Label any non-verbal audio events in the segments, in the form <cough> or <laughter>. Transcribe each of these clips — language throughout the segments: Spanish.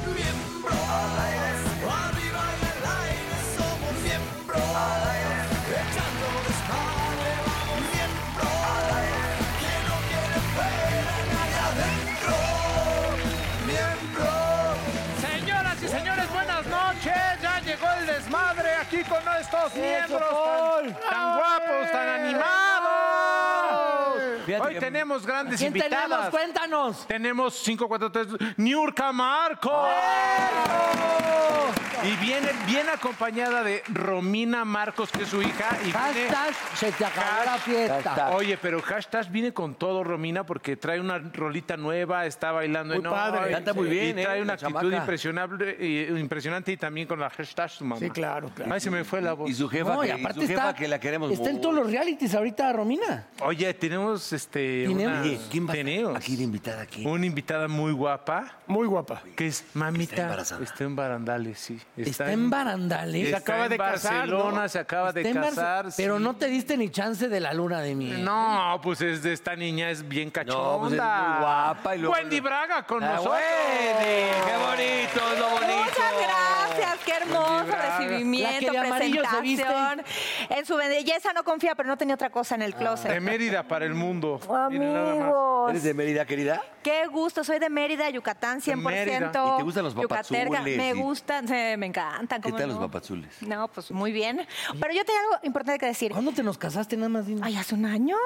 Miembro al aire, arriba y al aire, somos miembro al aire, echando desmadre, vamos miembro al aire, quien no quiere pena allá adentro, miembro. Señoras y señores, buenas noches. Ya llegó el desmadre aquí con estos miembros tan, tan guapos, tan animados. Hoy tenemos grandes ¿Quién invitados. tenemos? <laughs> Cuéntanos. Tenemos 5, 4, 3, Niurka Marco. ¡Oh! Y viene bien acompañada de Romina Marcos, que es su hija. Y viene- Hashtag se te acabó la fiesta. Oye, pero hashtag viene con todo, Romina, porque trae una rolita nueva, está bailando Muy padre. Canta muy bien, Y ¿eh? trae una La actitud chamaca. impresionable, eh, impresionante y también con la hashtag su mamá. Sí, claro, claro. Ay, se me fue la voz. Y su jefa, No, y que, y su jefa que la queremos está en mucho. todos los realities ahorita, Romina. Oye, tenemos este. ¿Tenemos? una- Oye, ¿quién va tenemos aquí de invitada aquí? Una invitada muy guapa, Muy guapa. que es mamita. Está, embarazada. en Barandales, sí. Está, en barandales. Se acaba de Barcelona, se acaba de Está en Barce- casar. Pero sí. no te diste ni chance de la luna de miel. No, pues es de esta niña es bien cachonda. No, pues es muy guapa y luego- Wendy Braga con Ah, nosotros. ¡Qué bonito, es lo bonito! Muchas gracias, qué hermoso Wendy Braga. La recibimiento, que de amarillo se viste. presentación. En su belleza no confía, pero no tenía otra cosa en el closet. De Mérida para el mundo. Miren nada más. ¿Eres Amigos, de Mérida, querida? qué gusto, soy de Mérida, Yucatán, 100%. Mérida. ¿Y te gustan los yucateca. papazules? Me ¿Y- gustan, se- me encantan. ¿Qué ¿cómo tal los no? papazules? No, pues muy bien. Pero yo tenía algo importante que decir. ¿Cuándo te nos casaste nada más? dime? Ay, hace un año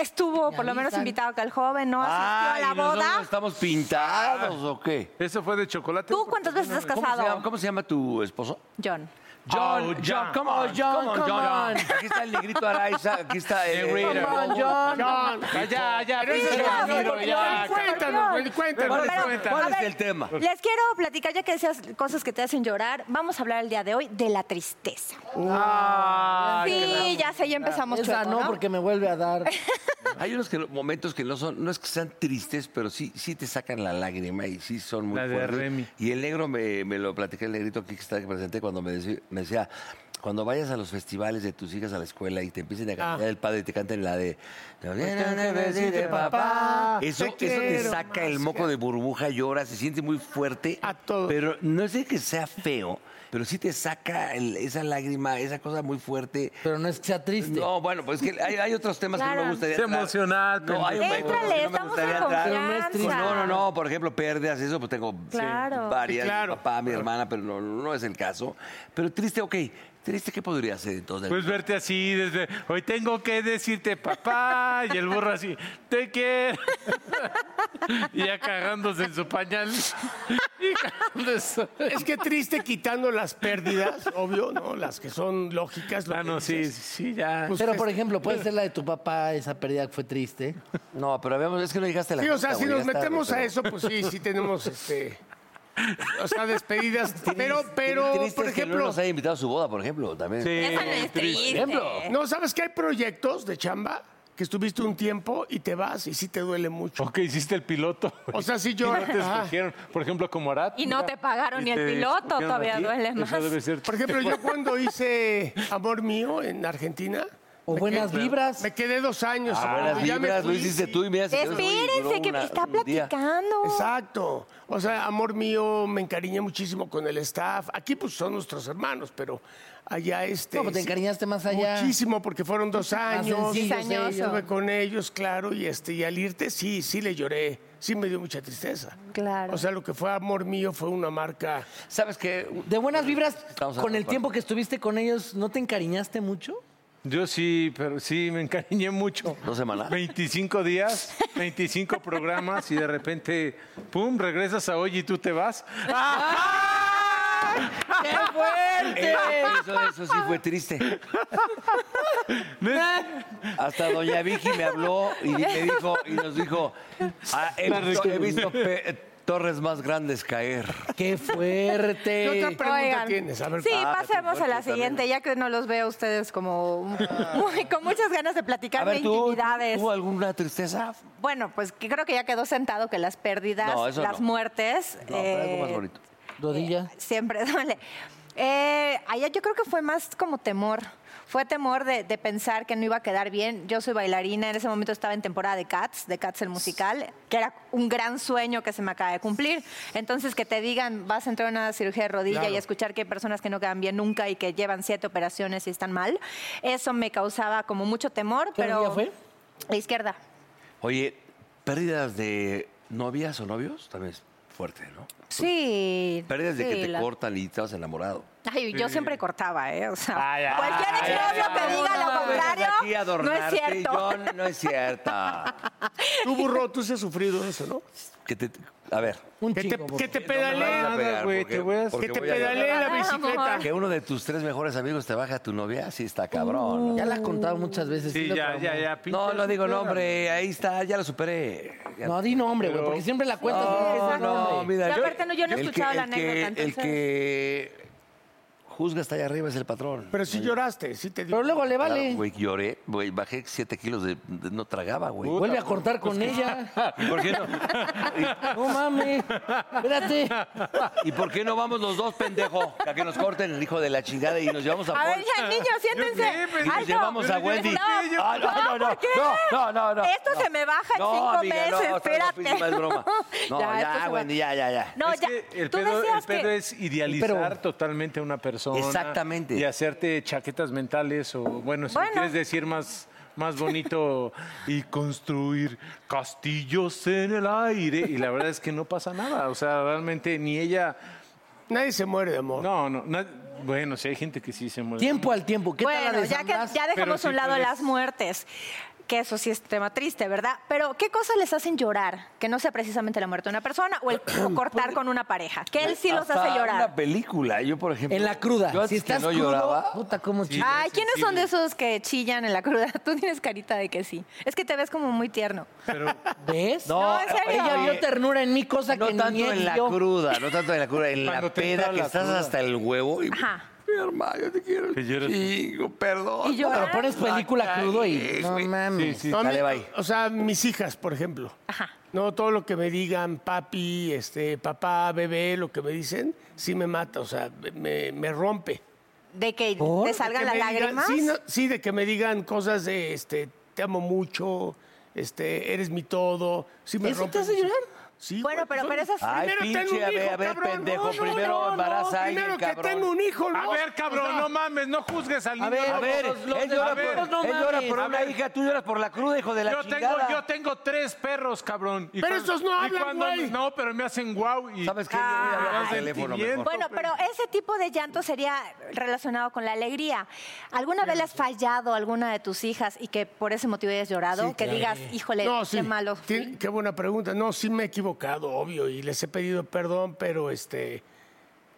estuvo Me por lo menos avisan. invitado acá el joven, ¿no? Ah, Asistió a ¿y la nosotros boda. estamos pintados o qué? Eso fue de chocolate. ¿Tú cuántas veces has ¿Cómo se, llama, casado? cómo se llama tu esposo? John. John, Oh, John. John, come on, Oh, John, come on, come John. on. Aquí está el negrito Araiza, aquí está el... Negrito. Come on, John. Ya, ya, ya, pero ya, ya. ya. Cuéntanos, Wendy, cuéntanos. ¿Cuál es, Pero, cuál a es ver, el tema? Les quiero platicar, ya que decías cosas que te hacen llorar, vamos a hablar el día de hoy de la tristeza. sí, ya sé, ya empezamos Esa chueco, no, porque me vuelve a dar. Hay unos que- momentos que no son, no es que sean tristes, pero sí, sí te sacan la lágrima y sí son muy La de fuertes. Remy. Y el negro me, me lo platiqué el negrito aquí que está presente cuando me decía, me decía, cuando vayas a los festivales de tus hijas a la escuela y te empiecen a cantar el padre y te canten la de "No tienes que decirte, papá. Eso, eso te saca el moco de burbuja, llora, se siente muy fuerte. A todos. Pero no es de que sea feo, pero sí te saca el- esa lágrima, esa cosa muy fuerte. Pero no es que sea triste. No, bueno, pues que hay, hay otros temas que no me Este, Claro. gustaría Es entrar. emocional, No, hay pendejo. otros Éntrale, que no me estamos gustaría en entrar. Pero no es triste. No, no, no, por ejemplo, pérdidas, eso, pues tengo Claro. varias, Sí, claro. mi papá, mi hermana, pero no, no es el caso. Pero triste, ok, triste, ¿qué podría ser entonces? Pues verte así desde hoy tengo que decirte papá y el burro así te quiero y ya cagándose en su pañal y cagándose. Es que triste quitando las pérdidas, obvio, ¿no? Las que son lógicas. lo Ah, que no, sí, dices. sí, ya. Pues, Ah, Pero, es- por ejemplo, puede ser la de tu papá, esa pérdida que fue triste. No, pero veamos, es que no llegaste a la Sí, o sea, nota, si güey, nos ya está, metemos a pero- eso, pues sí, sí tenemos este. O sea, <laughs> despedidas. Pero, pero, Triste por es que no ejemplo. nos haya invitado a su boda, por ejemplo, también. Sí. Esa no es triste. No, ¿sabes que hay proyectos de chamba? Que estuviste un tiempo y te vas y sí te duele mucho. O que hiciste el piloto. O sea, sí Ah. Y no llora. te Ajá. escogieron, por ejemplo, como Arat. Y no te pagaron Y ni el te este, piloto, escogieron todavía a ti. duele Eso más. debe ser Por ejemplo, yo cuando hice Amor Mío en Argentina, O buenas vibras. Me quedé dos años. A ver, las y ya me Ah, vibras, lo fui. hiciste tú y mira, se quedó- Espérense, duró que una- está un día. platicando. Exacto. O sea, amor mío, me encariñé muchísimo con el staff. Aquí pues son nuestros hermanos, pero allá este... No, pues, te sí, encariñaste más allá. Muchísimo, porque fueron dos años. sencillos Diez años. Estuve con ellos, claro, y este, y al irte sí, sí le lloré. Sí me dio mucha tristeza. Claro. O sea, lo que fue amor mío fue una marca. ¿Sabes qué? De buenas vibras, Estamos con el atrapados. tiempo que estuviste con ellos, ¿no te encariñaste mucho? Yo sí, pero sí, me encariñé mucho. ¿Dos semanas? 25 días, 25 programas y de repente, pum, regresas a hoy y tú te vas. <laughs> ¡Qué fuerte! Eso, eso sí fue <laughs> triste. Hasta doña Vicky me habló y me dijo y nos dijo, "Ah, he visto, he visto pe- eh, torres más grandes caer. ¡Qué fuerte! ¿Qué otra pregunta Oigan, tienes? A ver, sí, ah, pasemos a la fuerte, siguiente, ya que no los veo a ustedes <laughs> como muy- con muchas ganas de platicar A de ver, ¿tú intimidades. tuvo alguna tristeza? Bueno, pues que creo que ya quedó sentado que las pérdidas, No, eso las no. muertes, No, pero algo más eh, bonito. Rodilla. siempre <laughs> duele. Eh, allá yo creo que fue más como temor. Fue temor de, de pensar que no iba a quedar bien. Yo soy bailarina, en ese momento estaba en temporada de Cats, de Cats el musical, que era un gran sueño que se me acaba de cumplir. Entonces, que te digan, vas a entrar a una cirugía de rodilla y escuchar que hay personas que no quedan bien nunca y que llevan siete operaciones y están mal, eso me causaba como mucho temor. ¿Qué pero rodilla fue? La izquierda. Oye, pérdidas de novias o novios también es fuerte, ¿no? Sí. Pérdidas de sí, que te la- cortan y estás enamorado. Ay, yo siempre cortaba, ¿eh? O sea, Ay, ay, cualquier ay, exnovio ay, que ay, diga no, lo no vengas contrario, aquí a no es adornarte, cierto. John, no es cierta. tú, burro, tú sí has sufrido eso, ¿no? Que te, a ver. Un Que te, chingo. que te vas pedalee, a pegar, güey, porque- te voy a- porque que te voy a llorar. pedalee la bicicleta. Que uno de tus tres mejores amigos te baja a tu novia, sí está Uh. cabrón. Ya la has contado muchas veces. Sí, lo ya, traumó. ya, ya. pinche No, no digo señora. nombre, ahí está, ya lo superé. Ya- No, di nombre, güey, porque siempre la cuentas. No, dices el no, nombre. mira, Ya, aparte, no, yo no he el escuchado la el que- anécdota, El que juzga hasta allá arriba es el patrón. Pero sí lloraste, sí te Pero digo. luego le vale. Güey, lloré, güey, bajé siete kilos de, de- no tragaba, güey. Vuelve a cortar con ella. pues <laughs> ¿Y por qué no? No mames. Espérate. ¿Y por qué no vamos los dos, pendejo? A que nos corten el hijo de la chingada y nos llevamos a A ver, Paul. ya, niños, siéntense. Yo qué, pues, Y nos Ay, no. llevamos a Wendy. No, Ah, no, no, ¿por qué? no, no, no, no. Esto se me baja en No, cinco amiga, no, meses, está espérate. guapísima, <laughs> es broma. No, esto se ya, va- Wendy, ya, ya, ya. No, Es ya. que el tú pedo, decías el pedo que... es idealizar Pero- totalmente a una persona. Exactamente. Y hacerte chaquetas mentales o, bueno, si lo Bueno. quieres decir más, más bonito, y construir castillos en el aire. Y la verdad es que no pasa nada. O sea, realmente ni ella... Nadie se muere de amor. No, no. na- bueno, sí hay gente que sí se muere. Tiempo al tiempo. ¿Qué tal Bueno, la ya, que, desandás? ya Pero dejamos sí a un lado puedes- las muertes, que eso sí es tema triste, ¿verdad? Pero, ¿qué cosas les hacen llorar? Que no sea precisamente la muerte de una persona <clears throat> o el o cortar con una pareja. Que él sí los Hasta hace llorar. Una película, yo por ejemplo. En la cruda. Yo antes si que estás no crudo, lloraba. puta, cómo chillas. Ay, ¿quiénes son de esos que chillan en la cruda? <laughs> Tú tienes carita de que sí. Es que te ves como muy tierno. ¿Ves? No, en serio. Ella vio ternura en mí, cosa No que tanto ni él en la vio. cruda, no tanto en la cruda, en Cuando la te peda entra que la estás cruda. hasta el huevo y. Ajá. Mi hermano, yo te quiero. Que llores. Chingo, perdón. Y llorar. Pero pones película crudo y... No mames. No, a mí- Dale, bye. O sea, mis hijas, por ejemplo. Ajá. No, todo lo que me digan papi, este, papá, bebé, lo que me dicen, sí me mata, o sea, me, me rompe. De que ¿Por? te salgan Que las me digan- lágrimas. sí, no, sí, de que me digan cosas de, este, te amo mucho, este, eres mi todo. Sí me ¿Eso rompe te hace mucho. llorar? Sí. Bueno, güey, pero- pero esas- Ay, primero pinche, tengo un a ver, hijo, a ver, cabrón, pendejo, no, no, primero no, no, embaraza a alguien, Primero que cabrón. tengo un hijo, ¿no? A ver, cabrón, O sea, no mames, no juzgues al niño. ver, no A ver, Los- los él de llora los por, perros, no él llora mames. por A una ver. hija, tú lloras por la cruda, hijo de la yo tengo, chingada. yo tengo tres perros, cabrón. Y Pero cuan- estos no y hablan, cuando- güey. No, pero me hacen guau y... ¿Sabes qué? Yo voy a hablar Ah, al teléfono mejor. sentimiento. Bueno, pero ese tipo de llanto sería relacionado con la alegría. ¿Alguna vez le has fallado a alguna de tus hijas y que por ese motivo hayas llorado? que digas, híjole, No, sí. qué malo. fui"? Tien- Qué buena pregunta. No, sí me he equivocado, obvio, y les he pedido perdón, pero este.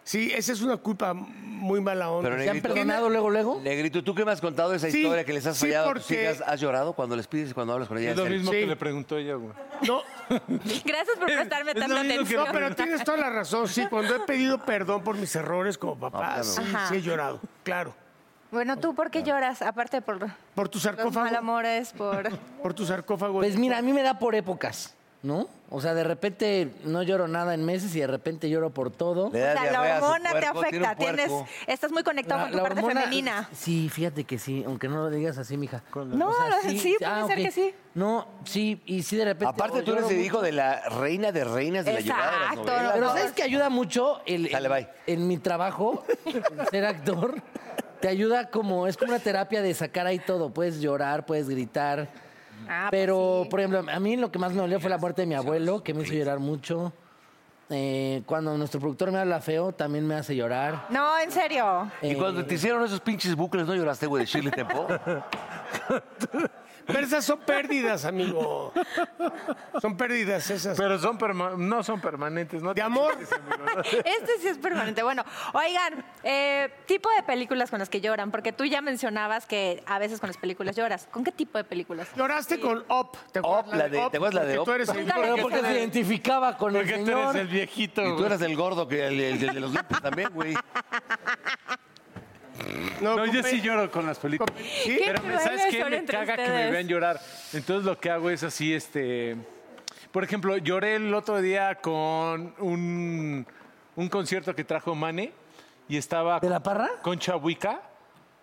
Sí, esa es una culpa muy mala onda. Pero, ¿Se han Negrito. perdonado luego, luego? Negrito, ¿tú qué me has contado esa Sí, historia que les has sí, fallado a tus porque- hijas? ¿Has llorado cuando les pides, cuando hablas con ellas? Es lo El- mismo que Sí. le preguntó ella, güey. No, <laughs> Gracias por prestarme es lo tanta mismo que- atención. no, pero tienes toda la razón. Sí, cuando he pedido perdón por mis errores como papá, claro. sí, Ajá. sí he llorado, claro. <laughs> Bueno, ¿tú por qué lloras? Aparte por Ah. Por tu los sarcófago. malamores, por... <laughs> Por tu sarcófago. Pues mira, a mí me da por épocas. ¿No? O sea, de repente no lloro nada en meses y de repente lloro por todo. Le O sea, da la diarrea a su hormona te puerco, tiene un afecta, tienes, puerco. estás muy conectado con tu parte hormona- femenina. Sí, fíjate que sí, aunque no lo digas así, mija. No, sí, puede ser que ah, ok. sí. No, sí, y sí de repente. Aparte, o tú eres lloro el mucho. hijo de la reina de reinas de la llegada de las Exacto. novelas. Pero ¿sabes que ayuda mucho? El, Dale, el- bye. En mi trabajo, <laughs> ser actor, te ayuda como, es como una terapia de sacar ahí todo. Puedes llorar, puedes gritar. Ah, pues Pero, sí. por ejemplo, a mí lo que más me dolió fue la muerte de mi abuelo, que me hizo llorar mucho. Eh, cuando nuestro productor me habla feo, también me hace llorar. No, en serio. Y eh, cuando te hicieron esos pinches bucles, ¿no lloraste, güey, de Shirley Tempo? <laughs> Pero esas son pérdidas, amigo. Son pérdidas esas. Pero son perma- no son permanentes, ¿no? de amor. Este sí es permanente. Bueno, oigan, eh, tipo de películas con las que lloran, porque tú ya mencionabas que a veces con las películas lloras. ¿Con qué tipo de películas? Lloraste con Up. ¿Te acuerdas Up, la de- ¿te acuerdas la de Porque Up? Tú eres el Nunca la Pero que gordo. porque se se ve. identificaba con el Porque tú señor. eres el viejito, Y tú güey. eras el gordo, que el, el- el de los lentes también, güey. No, yo compré- sí lloro con las películas. ¿Sí? ¿Qué Pero crueles ¿sabes qué? son Me entre caga que me ustedes? vean llorar. Entonces lo que hago es así, este... Por ejemplo, lloré el otro día con un, un concierto que trajo Mane y estaba... ¿De la parra? Concha Huica,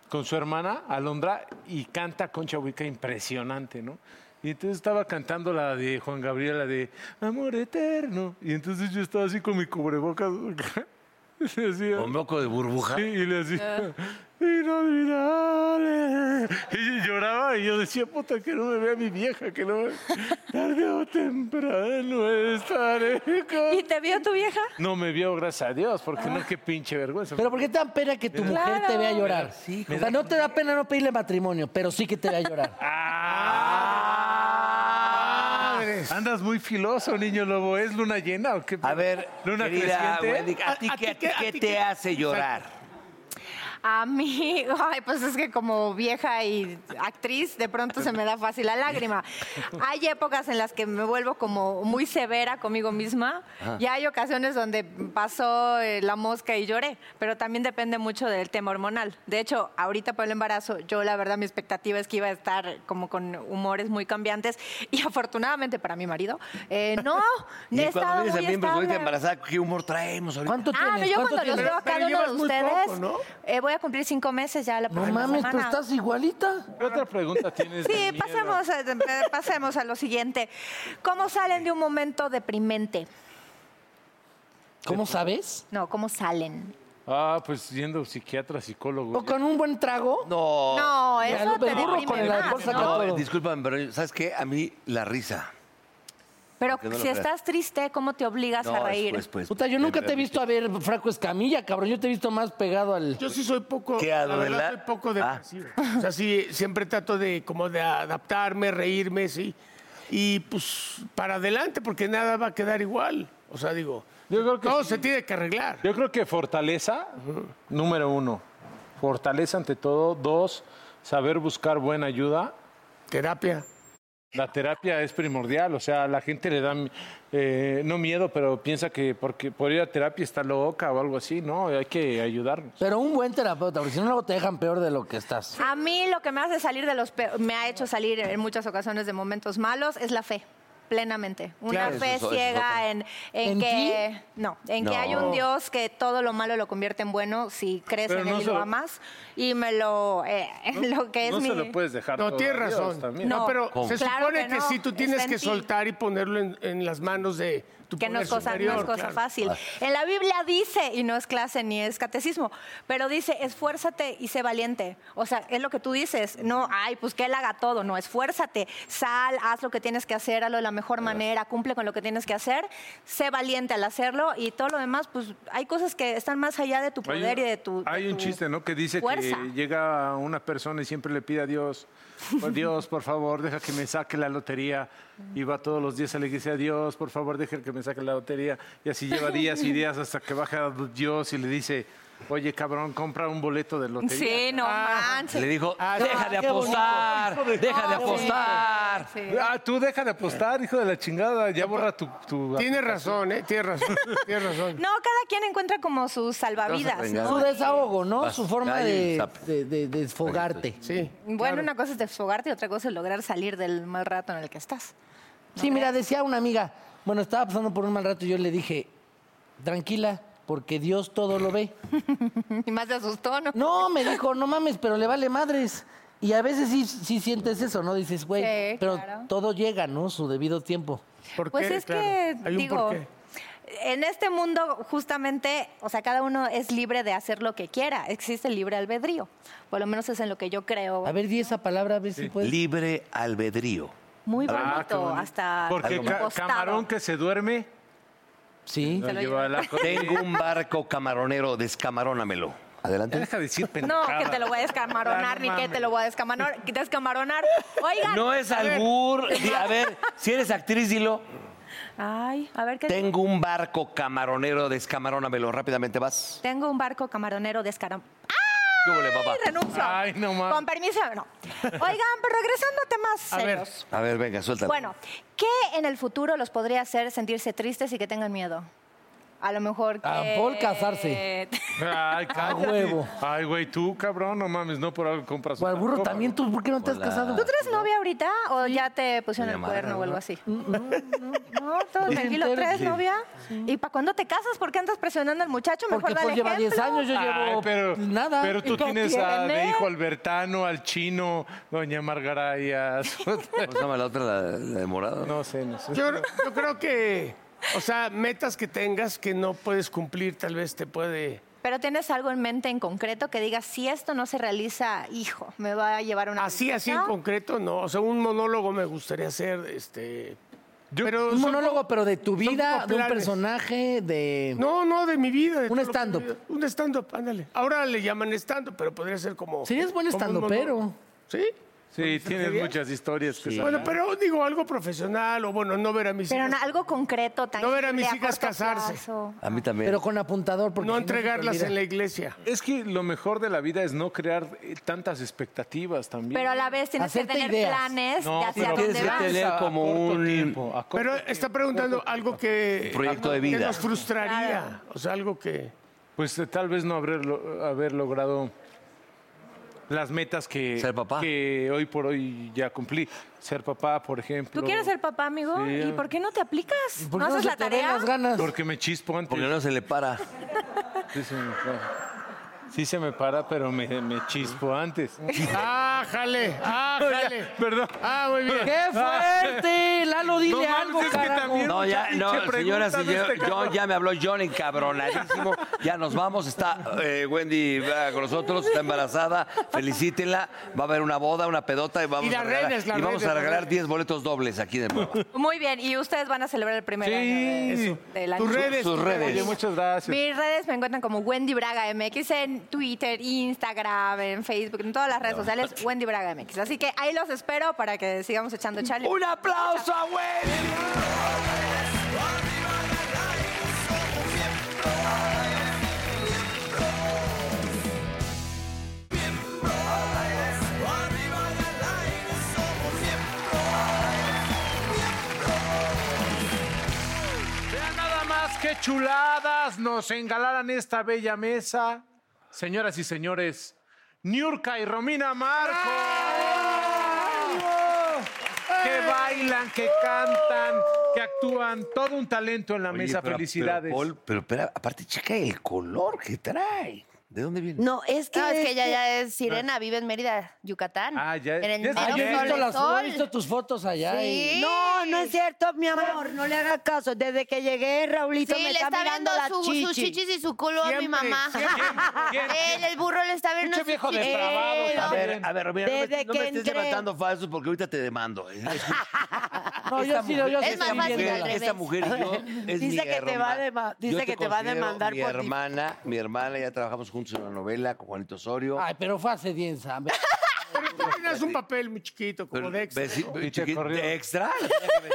con su hermana, Alondra, y canta Concha Huica impresionante, ¿no? Y entonces estaba cantando la de Juan Gabriel, la de Amor Eterno. Y entonces yo estaba así con mi cubrebocas. <laughs> acá, y <laughs> le hacía- Con moco de burbuja. y, y le Ah. <laughs> hacía, "Inolvidable". Y yo lloraba y yo decía, puta, que no me vea mi vieja, que no me... Tarde o temprano estaré con-". ¿Y te vio tu vieja? No me vio, gracias a Dios, porque no, qué pinche vergüenza. Pero ¿por qué te da pena que tu mujer te vea llorar? o sea, no te da pena no pedirle matrimonio, pero sí que te vea llorar. Andas muy filoso, niño lobo. ¿Es luna llena o qué? A ver, luna querida Wendy, creciente. ¿a ti qué- a ti qué te hace llorar? A mí, ay, pues es que como vieja y actriz, de pronto se me da fácil la lágrima. Hay épocas en las que me vuelvo como muy severa conmigo misma y hay ocasiones donde pasó eh, la mosca y lloré, pero también depende mucho del tema hormonal. De hecho, ahorita por el embarazo, yo la verdad mi expectativa es que iba a estar como con humores muy cambiantes y afortunadamente para mi marido, eh, no, he <laughs> Y cuando estado vienes pues, a muy miembros ahorita estable. embarazada, ¿qué humor traemos ahorita? ¿Cuánto Ah, no, tienes? yo ¿Cuánto cuando los tienes? veo a cada uno de llevas muy ustedes, poco, ¿no? eh, voy a cumplir cinco meses ya la No próxima mames, pero semana. estás igualita. ¿Qué otra pregunta tienes? de Sí, mierda? pasemos, a- eh, pasemos a lo siguiente. ¿Cómo salen de un momento deprimente? ¿Cómo sabes? No, ¿cómo salen? Ah, pues siendo psiquiatra, psicólogo. ¿O con un buen trago? No. No, ya eso lo te del burro con deprime el alcohol más, saca ¿no? todo. No, discúlpame, pero ¿sabes qué? A mí la risa. Pero Que no lo si creas. estás triste, ¿cómo <laughs> te obligas No, a reír? después, pues, Puta, yo de nunca te he verdad, visto a ver Franco Escamilla, cabrón. Yo te he visto más pegado al... Yo sí soy poco, ¿Qué, la Adela? verdad, soy poco depresivo. O sea, sí, siempre trato de como de adaptarme, reírme, sí. Y pues para adelante, porque nada va a quedar igual. O sea, digo, Yo creo que todo sí. se tiene que arreglar. Yo creo que fortaleza, número uno. Fortaleza ante todo. Dos, saber buscar buena ayuda. Terapia. La terapia es primordial, o sea, la gente le da, eh, no miedo, pero piensa que porque por ir a terapia está loca o algo así, ¿no? Hay que ayudarnos. Pero un buen terapeuta, porque si no luego te dejan peor de lo que estás. A mí lo que me hace salir de los pe- me ha hecho salir en muchas ocasiones de momentos malos es la fe plenamente una Claro, fe eso es- eso es ciega otra. en, en ¿En que no en que No. hay un Dios que todo lo malo lo convierte en bueno si crees Pero en no él y se lo lo- amas y me lo eh, <laughs> en lo que es no mi se lo puedes dejar. No, todo tienes a Dios razón. también. No, No. pero ¿Cómo? se Claro supone que que, no, sí tú está tienes en que ti. soltar y ponerlo en, en las manos de tu que no poder es cosa, no es superior, cosa claro. fácil. En la Biblia dice, y no es clase ni es catecismo, pero dice, esfuérzate y sé valiente. O sea, es lo que tú dices, no, ay, pues que él haga todo, no, esfuérzate, sal, haz lo que tienes que hacer, hazlo de la mejor manera, cumple con lo que tienes que hacer, sé valiente al hacerlo y todo lo demás, pues hay cosas que están más allá de tu Hay un- poder y de tu... de Hay un tu chiste, ¿no? Que dice fuerza. que llega una persona y siempre le pide a Dios, por Dios, por favor, deja que me saque la lotería. Y va todos los días a la iglesia, Dios, por favor, deja que me saque la lotería. Y así lleva días y días hasta que baja Dios y le dice, oye, cabrón, compra un boleto de lotería. Sí, no Ah. manches. Le dijo, deja de qué bonito. apostar, deja de Ah, sí. apostar. Sí. Ah, tú deja de apostar, hijo de la chingada, ya borra tu... tu Tienes razón, ¿eh? Tienes <laughs> razón. tienes razón. No, cada quien encuentra como sus salvavidas, vengar. ¿no? Su desahogo, ¿no? Su forma Calle y de, zape. de- de- de desfogarte. Sí. Bueno, una cosa es desfogarte y otra cosa es lograr salir del mal rato en el que estás. Sí, mira, decía una amiga, bueno, estaba pasando por un mal rato y yo le dije, tranquila, porque Dios todo lo ve. <laughs> Y más te asustó, ¿no? No, me dijo, no mames, pero le vale madres. Y a veces sí, sí sientes eso, ¿no? Dices, güey, Sí, pero claro. todo llega, ¿no? Su debido tiempo. ¿Por Pues qué? es Claro, que, hay un digo, porqué. en este mundo justamente, o sea, cada uno es libre de hacer lo que quiera. Existe el libre albedrío. Por lo menos es en lo que yo creo. A ver, di esa palabra, a ver si puedes. Libre albedrío. Muy Ah, bonito, qué bonito. hasta Porque ca- impostado. camarón que se duerme Sí. lo lo lleva a la Tengo un barco camaronero, descamarónamelo. Adelante. Deja de decir No, pendejadas. que te lo voy a descamaronar, ni que te lo voy a descamaronar. descamaronar. Oigan. No es a ver. albur. Di- A ver, si eres actriz, dilo. Ay, a ver qué. Tengo un barco camaronero, descamarónamelo. Rápidamente vas. Tengo un barco camaronero descaram. ¿Qué huele, papá? ¡Ay, renuncio! Ay, no mames. Con permiso, no. Oigan, pero regresando a temas A ver. serios. A ver, venga, suéltalo. Bueno, ¿qué en el futuro los podría hacer sentirse tristes y que tengan miedo? A lo mejor que... A Paul Ah, casarse. Ay, cállate. huevo. Ay, güey, tú, cabrón, no mames, no por algo compras. O al una burro coca. también, ¿tú por qué no te has Hola. casado? ¿Tú traes novia ahorita o ya te pusieron Me el cuerno amarran, o algo así? Pues No, no, todo tranquilo. entero. ¿Traes Sí. novia? ¿Y para cuándo te casas? ¿Por qué andas presionando al muchacho? Mejor Porque dale Paul lleva 10 ejemplo. años, yo Ay, llevo pero, nada. pero tú ¿Qué tienes a, de tiene? eh? hijo Albertano, al chino, doña Margaray, a su- ¿Cómo se llama la otra, la, la de morado? no sé, no sé. Yo, yo creo que, o sea, metas que tengas que no puedes cumplir, tal vez te puede Pero tienes algo en mente en concreto que digas, si esto no se realiza, hijo, me va a llevar a una... Así, así en tristeza"? concreto, no. O sea, un monólogo me gustaría hacer, este... pero un son monólogo, como- pero de tu son vida, como de un planes. personaje, de... No, no, de mi vida. de Un todo lo que stand-up. he vivido. Un stand-up, ándale. Ahora le llaman stand-up, pero podría ser como... Serías buen como un estandopero. monólogo. ¿Sí? Sí, tienes ¿Sería? muchas historias que sacar. Bueno, pero digo algo profesional o bueno, no ver a mis Pero hijas. na- algo concreto, tan ver a mis hijas casarse. A mí también. Pero con apuntador, porque No si se te entregarlas olvida. en la iglesia. Es que lo mejor de la vida es no crear eh, tantas expectativas también. Pero a la vez tienes Hacerte que tener ideas. planes No, de hacia pero dónde tienes que vas. tener a como corto un- tiempo, a corto Pero tiempo. está preguntando algo que... Un proyecto de vida. eh, Que nos frustraría. O sea, algo que... Pues eh, tal vez no haber, lo- haber logrado las metas que, Ser papá. que hoy por hoy ya cumplí. Ser papá, por ejemplo. ¿Tú quieres ser papá, amigo? Sí. ¿Y por qué no te aplicas? ¿Por ¿No qué no haces se la te ven tarea? las ganas? Porque me chispo antes. Porque no se le para. <laughs> Sí se me para, Sí se me para, pero me, me chispo antes. <laughs> <laughs> ¡Ah, jale! ¡Ah, jale! Perdón. ¡Ah, muy bien! ¡Qué Eh, fuerte! Lalo, dile mames, algo, es que carajo. también- No, ya, no, Pinche señora, pregunta de señor, este yo, cabrón. ya me habló John encabronadísimo. Ya nos vamos, está eh, Wendy eh, con nosotros, está embarazada, felicítenla. Va a haber una boda, una pedota y vamos Y las a regalar, redes, las y vamos redes, a regalar las 10 boletos dobles aquí de nuevo. Muy bien, y ustedes van a celebrar el primer Sí. año de- del año. Tus redes. Sus tus Oye, redes. muchas gracias. Mis redes me encuentran como Wendy Braga MX en Twitter, Instagram, en Facebook, en todas las redes sociales, Wendy Braga MX. Así que ahí los espero para que sigamos echando chale. ¡Un aplauso a Wendy! Vean nada más qué chuladas nos engalaran esta bella mesa. Señoras y señores, Niurka y Romina Marco. Que bailan, que cantan, que actúan. Todo un talento en la Oye, mesa. pero- Felicidades. Pero, Paul, pero espera, aparte, checa el color que trae. ¿De dónde viene? No, es que, No, Ah, es que este- ella ya es sirena, vive en Mérida, Yucatán. Ah, ya- En el ya es Ah, mero yo he ayer. sol visto, de las- yo he sol. visto tus fotos allá. Sí. y- No, no es cierto, mi amor, no le haga caso. Desde que llegué, Raulito Sí, me le está, está, viendo mirando la su- chichi. sus chichis y su culo a mi Siempre, mamá. ¿Quién? <laughs> Él, el burro le está viendo Pinche sus <laughs> viejo chichis. depravado Él, A ver, a ver, Romina, no me- Desde no me, que estés entré. levantando falsos porque ahorita te demando. ¿eh? No, yo sí, yo sí. Es más vi esta fácil bien. al mujer, revés. esta mujer y <laughs> <laughs> yo es Dice mi que te hermana. va a dema- dice Yo que te va a considero demandar mi por dif- hermana, mi hermana, ya trabajamos juntos en una novela con Juanito Osorio. Ay, pero fue hace 10 años. Tenías un papel <laughs> muy chiquito, como Pero- de extra. besi- ¿no? Y te chiqui- corrió. de extra. Tenía que, be-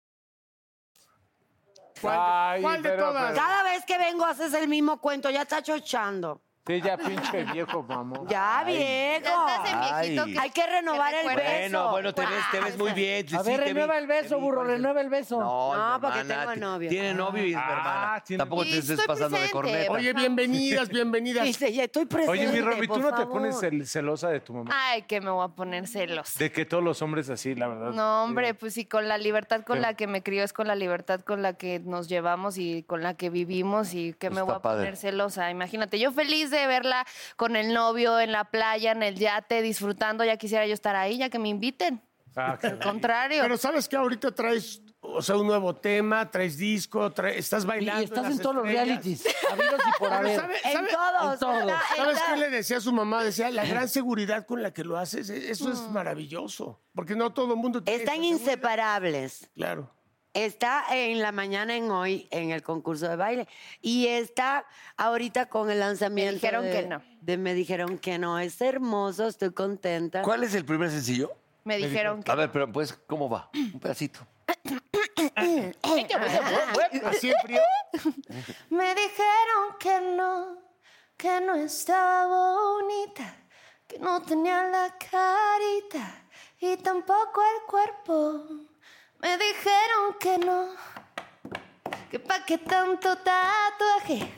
Ay, ¿Cuál de pero, todas? pero- Cada vez que vengo haces el mismo cuento, ya está chochando. Sí, ya pinche viejo, mamón. Ya, Ay. viejo. Ay. Hay que renovar el beso. Bueno, bueno, te ves, te ves muy bien. A ver, renueva el beso, burro, renueva el beso. No, No, hermana, porque tengo ti- novio. Ah. Tiene novio y es mi Ah, hermana. Tampoco te estés pasando de corneta. Oye, bienvenidas, bienvenidas. Dice, ya estoy Oye, mi Romy, ¿tú por no te favor. pones Mm. cel- celosa de tu mamá? Ay, que me voy a poner Ah, celos. De que todos los hombres así, la verdad. No, hombre, pues sí, con la libertad con Sí. la que me crió, es con la libertad con la que nos llevamos y con la que vivimos y que me Está voy a padre. poner celosa. Imagínate, yo feliz de verla con el novio en la playa, en el yate, disfrutando, ya quisiera yo estar ahí, ya que me inviten. Al contrario. Pero sabes que ahorita traes, o sea, un nuevo tema, traes disco, trae- estás bailando. estás las en todos los estrellas. realities, <laughs> habidos y por Pero haber. ¿sabe- En sabe- todos, En todos. Mm. está- ¿Sabes está- qué le decía a su mamá? Decía, la gran seguridad con la que lo haces, e- eso Mm. es maravilloso. Porque no todo el mundo tiene Están esa seguridad. inseparables. Claro. Está en la mañana en hoy en el concurso de baile y está ahorita con el lanzamiento. dijeron de- que no. de me dijeron que no. Es hermoso, estoy contenta. ¿Cuál es el primer sencillo? Me dijeron que A ver, pero pues, ¿cómo va? Un pedacito. Así en <laughs> frío. Me dijeron que no, que no estaba bonita, que no tenía la carita y tampoco el cuerpo. Me dijeron que no, que pa' qué tanto tatuaje,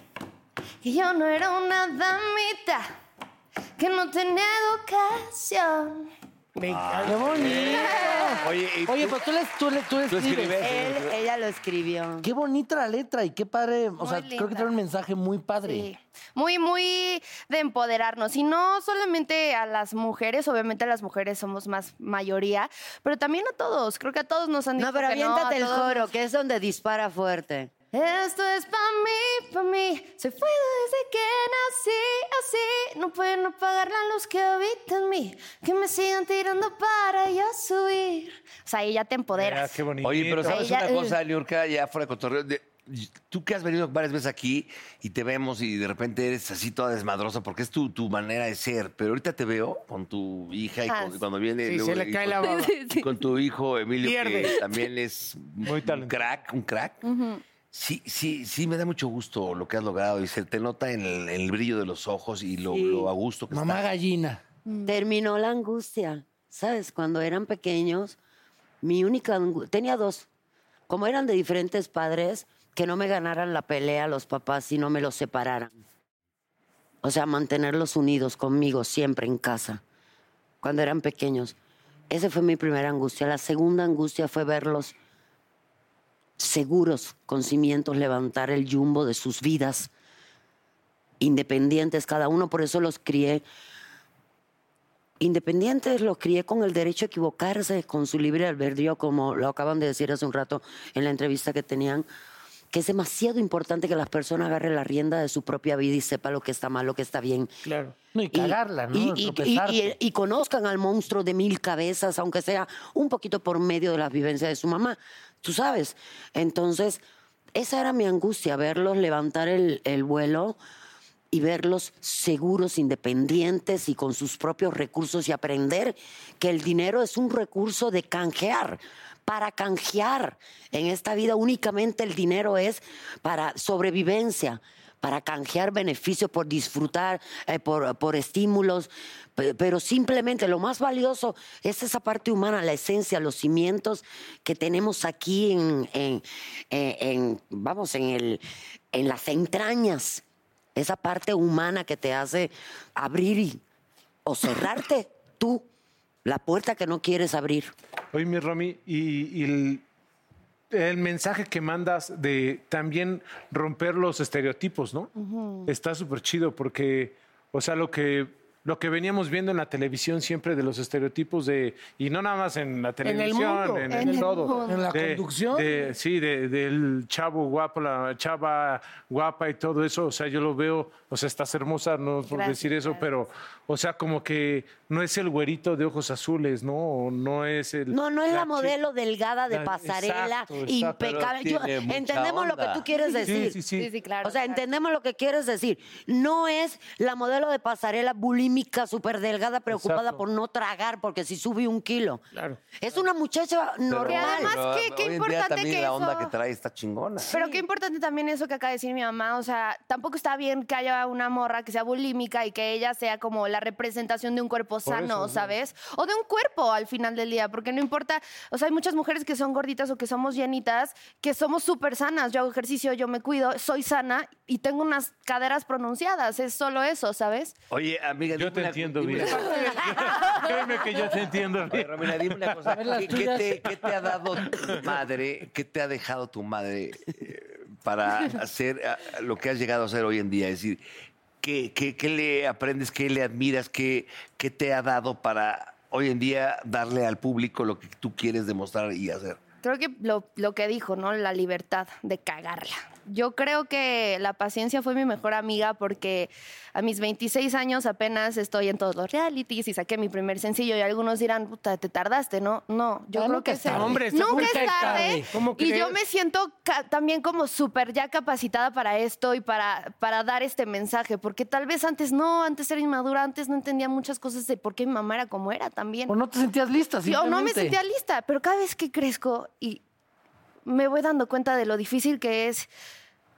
que yo no era una damita, que no tenía educación. Me encanta. ¡Qué bonito! Oye, Oye, pues tú le, tú le- tú le escribes. Él, ella lo escribió. Qué bonita la letra y qué padre. O sea, creo que linda. trae un mensaje muy padre. Sí. Muy, muy de empoderarnos. Y no solamente a las mujeres, obviamente las mujeres somos más mayoría, pero también a todos. Creo que a todos nos han dicho No, pero que no, aviéntate a el todos coro, que es donde dispara fuerte. esto es pa' mí, pa' mí. Soy fuego desde que nací, así. No pueden apagar la luz que habita en mí. Que me sigan tirando para yo subir. O sea, ahí ya te empoderas. Oye, pero ¿sabes Ella- una cosa, Liurka, ya fuera de cotorreo? De- tú que has venido varias veces aquí y te vemos y de repente eres así toda desmadrosa porque es tu, tu manera de ser, pero ahorita te veo con tu hija y Ah, con- sí. cuando viene... Sí, se le y cae con- la baba. Sí, sí. y con tu hijo Emilio, Pierde. que <laughs> también es Muy un crack, un crack. Ujú. Sí, sí, sí, me da mucho gusto lo que has logrado y se te nota en el, en el brillo de los ojos y lo, lo a gusto que Mamá está. gallina. Terminó la angustia. ¿Sabes? Cuando eran pequeños, mi única angustia. Tenía dos. Como eran de diferentes padres, que no me ganaran la pelea los papás y no me los separaran. O sea, mantenerlos unidos conmigo siempre en casa. Cuando eran pequeños. Esa fue mi primera angustia. La segunda angustia fue verlos seguros, con cimientos, levantar el yumbo de sus vidas, independientes cada uno. Por eso los crié independientes los crié con el derecho a equivocarse, con su libre albedrío, como lo acaban de decir hace un rato en la entrevista que tenían, que es demasiado importante que las personas agarren la rienda de su propia vida y sepa lo que está mal, lo que está bien. Claro. No, y cagarla, ¿no? Y, y- y- Tropezarte. y- y conozcan al monstruo de mil cabezas, aunque sea un poquito por medio de las vivencias de su mamá, tú sabes. Entonces, esa era mi angustia, verlos levantar el, el vuelo y verlos seguros, independientes y con sus propios recursos y aprender que el dinero es un recurso de canjear. Para canjear en esta vida únicamente el dinero es para sobrevivencia, para canjear beneficio, por disfrutar, eh, por, por estímulos, pe- pero simplemente lo más valioso es esa parte humana, la esencia, los cimientos que tenemos aquí en, en- en- en- vamos, en, el, en las entrañas, esa parte humana que te hace abrir y- o <laughs> cerrarte tú la puerta que no quieres abrir. Oye, mi Romy, y, y el, el mensaje que mandas de también romper los estereotipos, ¿no? Ujú. Está súper chido porque, o sea, lo que, lo que veníamos viendo en la televisión siempre de los estereotipos de, y no nada más en la el televisión, mundo. en, En en el todo. mundo. En la conducción. de- sí, de- del chavo guapo, la chava guapa y todo eso, o sea, yo lo veo, o sea, estás hermosa, no por Gracias, decir eso, pero, o sea, como que no es el güerito de ojos azules, ¿no? O no es el... No, no es la, chi- modelo delgada de la- pasarela, exacto, exacto. impecable. Pero Yo- tiene mucha entendemos lo que onda. tú quieres Sí, decir. sí, sí. Sí, sí, o sea, entendemos lo que quieres decir. No es la modelo de pasarela bulímica, súper delgada, preocupada Exacto. por no tragar, porque si sube un kilo. Claro. Es una muchacha normal. pero qué- qué hoy en día importante también que la onda eso- que trae está chingona. Pero qué importante también eso que acaba de decir mi mamá. O sea, tampoco está bien que haya una morra que sea bulímica y que ella sea como la representación de un cuerpo sano, eso, sí. ¿sabes? O de un cuerpo al final del día, porque no importa. O sea, hay muchas mujeres que son gorditas o que somos llenitas, que somos súper sanas. Yo hago ejercicio, yo me cuido, soy sana y tengo unas caderas pronunciadas. Es solo eso, ¿sabes? Oye, amiga, yo te entiendo bien. <laughs> Créeme que yo te entiendo bien. Romina, dime una <laughs> cosa. A ver, las ¿Qué, qué tuyas. te, qué te ha dado tu madre? ¿Qué te ha dejado tu madre eh, para hacer ah, lo que has llegado a hacer hoy en día? Es decir, ¿qué, qué- qué le aprendes? ¿Qué le admiras? ¿Qué, ¿Qué te ha dado para hoy en día darle al público lo que tú quieres demostrar y hacer? Creo que lo, lo que dijo, ¿no? La libertad de cagarla. Yo creo que la paciencia fue mi mejor amiga porque a mis 26 años apenas estoy en todos los realities y saqué mi primer sencillo y algunos dirán, puta, te tardaste, ¿no? No, yo Ah, creo nunca que es se- tarde. Hombre, está nunca muy es tarde. tarde. ¿Cómo Y yo crees? me siento ca- también como súper ya capacitada para esto y para, para dar este mensaje, porque tal vez antes no, antes era inmadura, antes no entendía muchas cosas de por qué mi mamá era como era también. O no te sentías lista, Yo no me simplemente. sentía lista, pero cada vez que crezco y me voy dando cuenta de lo difícil que es,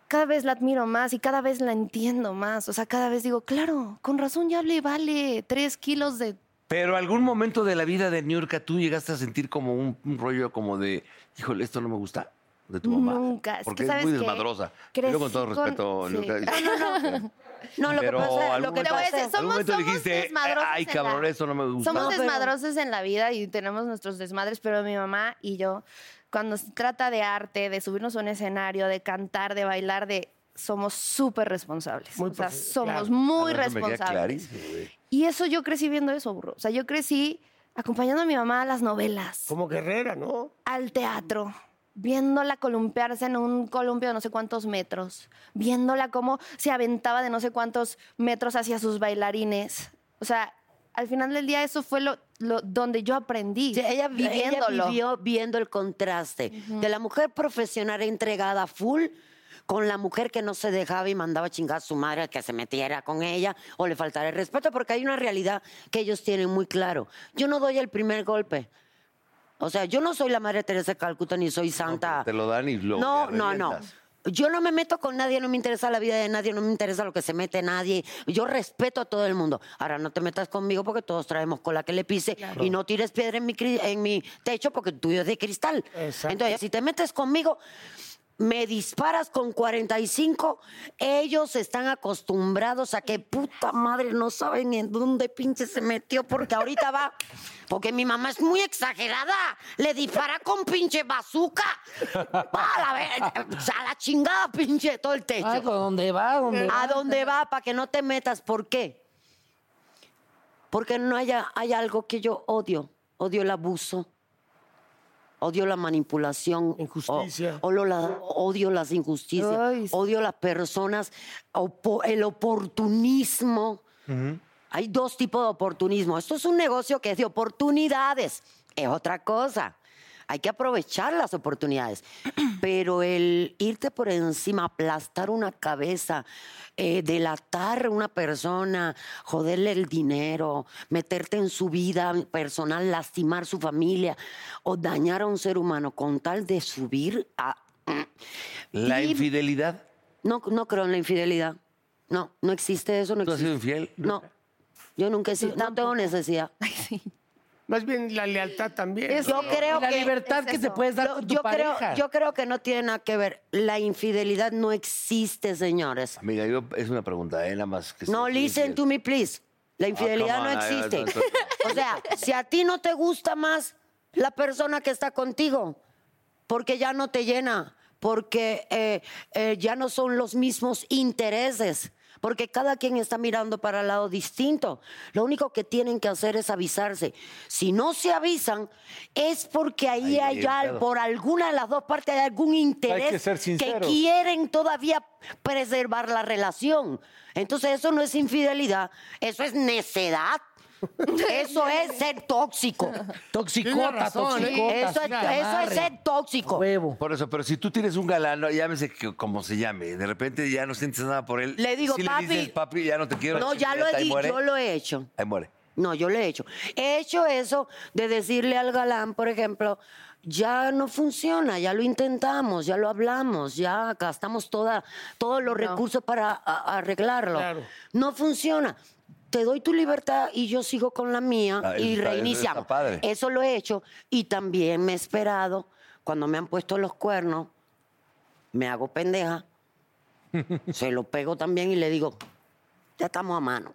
cada vez la admiro más y cada vez la entiendo más. O sea, cada vez digo, claro, con razón ya le vale tres kilos de... Pero algún momento de la vida de Niurka tú llegaste a sentir como un, un rollo como de, híjole, esto no me gusta de tu mamá. Nunca. Es Porque que, es, ¿sabes muy qué? desmadrosa. Crecí Yo con todo con- respeto, sí. Niurka, No, no, no. No, lo Pero que pasa, lo algún que momento- pasa es- algún momento dijiste, desmadrosos ay, en la- cabrón, eso no me gusta. Somos No, pero- desmadrosos en la vida y tenemos nuestros desmadres, pero mi mamá y yo, cuando se trata de arte, de subirnos a un escenario, de cantar, de bailar, de somos súper responsables. o sea, somos muy Ah, no, eso me queda responsables. clarísimo, güey. Y eso yo crecí viendo eso, burro. O sea, yo crecí acompañando a mi mamá a las novelas, Como guerrera, ¿no? al teatro, viéndola columpiarse en un columpio de no sé cuántos metros, viéndola cómo se aventaba de no sé cuántos metros hacia sus bailarines. O sea, al final del día eso fue lo, lo- donde yo aprendí. Sí, ella, vi- ella viviéndolo. vivió viendo el contraste de la mujer profesional entregada full con la mujer que no se dejaba y mandaba a chingar a su madre al que se metiera con ella o le faltara el respeto, porque hay una realidad que ellos tienen muy claro. Yo no doy el primer golpe. O sea, yo no soy la madre Teresa de Calcuta ni soy santa. Te lo dan y lo No, le no, no. revientas. Yo no me meto con nadie, no me interesa la vida de nadie, no me interesa lo que se mete nadie. Yo respeto a todo el mundo. Ahora no te metas conmigo porque todos traemos cola que le pise y no tires piedra en mi, cri- en mi techo porque el tuyo es de cristal. Entonces, si te metes conmigo, me disparas con 45, ellos están acostumbrados a que puta madre no saben en dónde pinche se metió porque ahorita va. Porque mi mamá es muy exagerada, le dispara con pinche bazooka. Para ver, a la chingada, pinche, todo el techo. Ay, ¿a dónde va? ¿A dónde va? ¿A dónde va? Para que no te metas. ¿Por qué? Porque no haya, hay algo que yo odio. Odio el abuso. Odio la manipulación. Injusticia. odio las injusticias. Odio las personas. opo- el oportunismo. Hay dos tipos de oportunismo. Esto es un negocio que es de oportunidades. Es otra cosa. Hay que aprovechar las oportunidades. Pero el irte por encima, aplastar una cabeza, eh, delatar a una persona, joderle el dinero, meterte en su vida personal, lastimar su familia o dañar a un ser humano con tal de subir a... La infidelidad. No, no creo en la infidelidad. No, no existe eso. No ¿Tú has existe. sido infiel? No. Yo nunca he sido, no tengo necesidad. Más bien la lealtad también. yo ¿no? creo que Yo- yo Creo, yo creo que no tiene nada que ver. La infidelidad no existe, señores. Amiga, yo, es una pregunta, ¿eh? Nada más que No, listen to me, please. La infidelidad come no on, I- I- existe. don't- don't- o sea, si a ti no te gusta más la persona que está contigo, porque ya no te llena, porque eh, eh, ya no son los mismos intereses, porque cada quien está mirando para el lado distinto. Lo único que tienen que hacer es avisarse. Si no se avisan, es porque ahí, hay Ahí hay al- pedo. por alguna de las dos partes hay algún interés Hay que ser sinceros. quieren todavía preservar la relación. Entonces eso no es infidelidad, eso es <laughs> necedad. Eso es ser tóxico. Toxicota, Tiene razón, ¿eh? toxicota, Eso es, sí, la eso es madre. ser tóxico. Por eso, pero si tú tienes un galán, no, llámese que- como se llame, de repente ya no sientes nada por él. Le digo, si "Papi". Le dices, papi, ya no te quiero. No, ya lo he Ahí di- muere. yo lo he hecho. Ahí muere. No, yo lo he hecho. He hecho eso de decirle al galán, por ejemplo, ya no funciona, ya lo intentamos, ya lo hablamos, ya gastamos toda, todos los recursos para a- arreglarlo. Claro. No funciona. Te doy tu libertad y yo sigo con la mía Ah, y eso está- eso reiniciamos. está padre. Eso lo he hecho y también me he esperado cuando me han puesto los cuernos, me hago pendeja, se lo pego también y le digo, ya estamos a mano.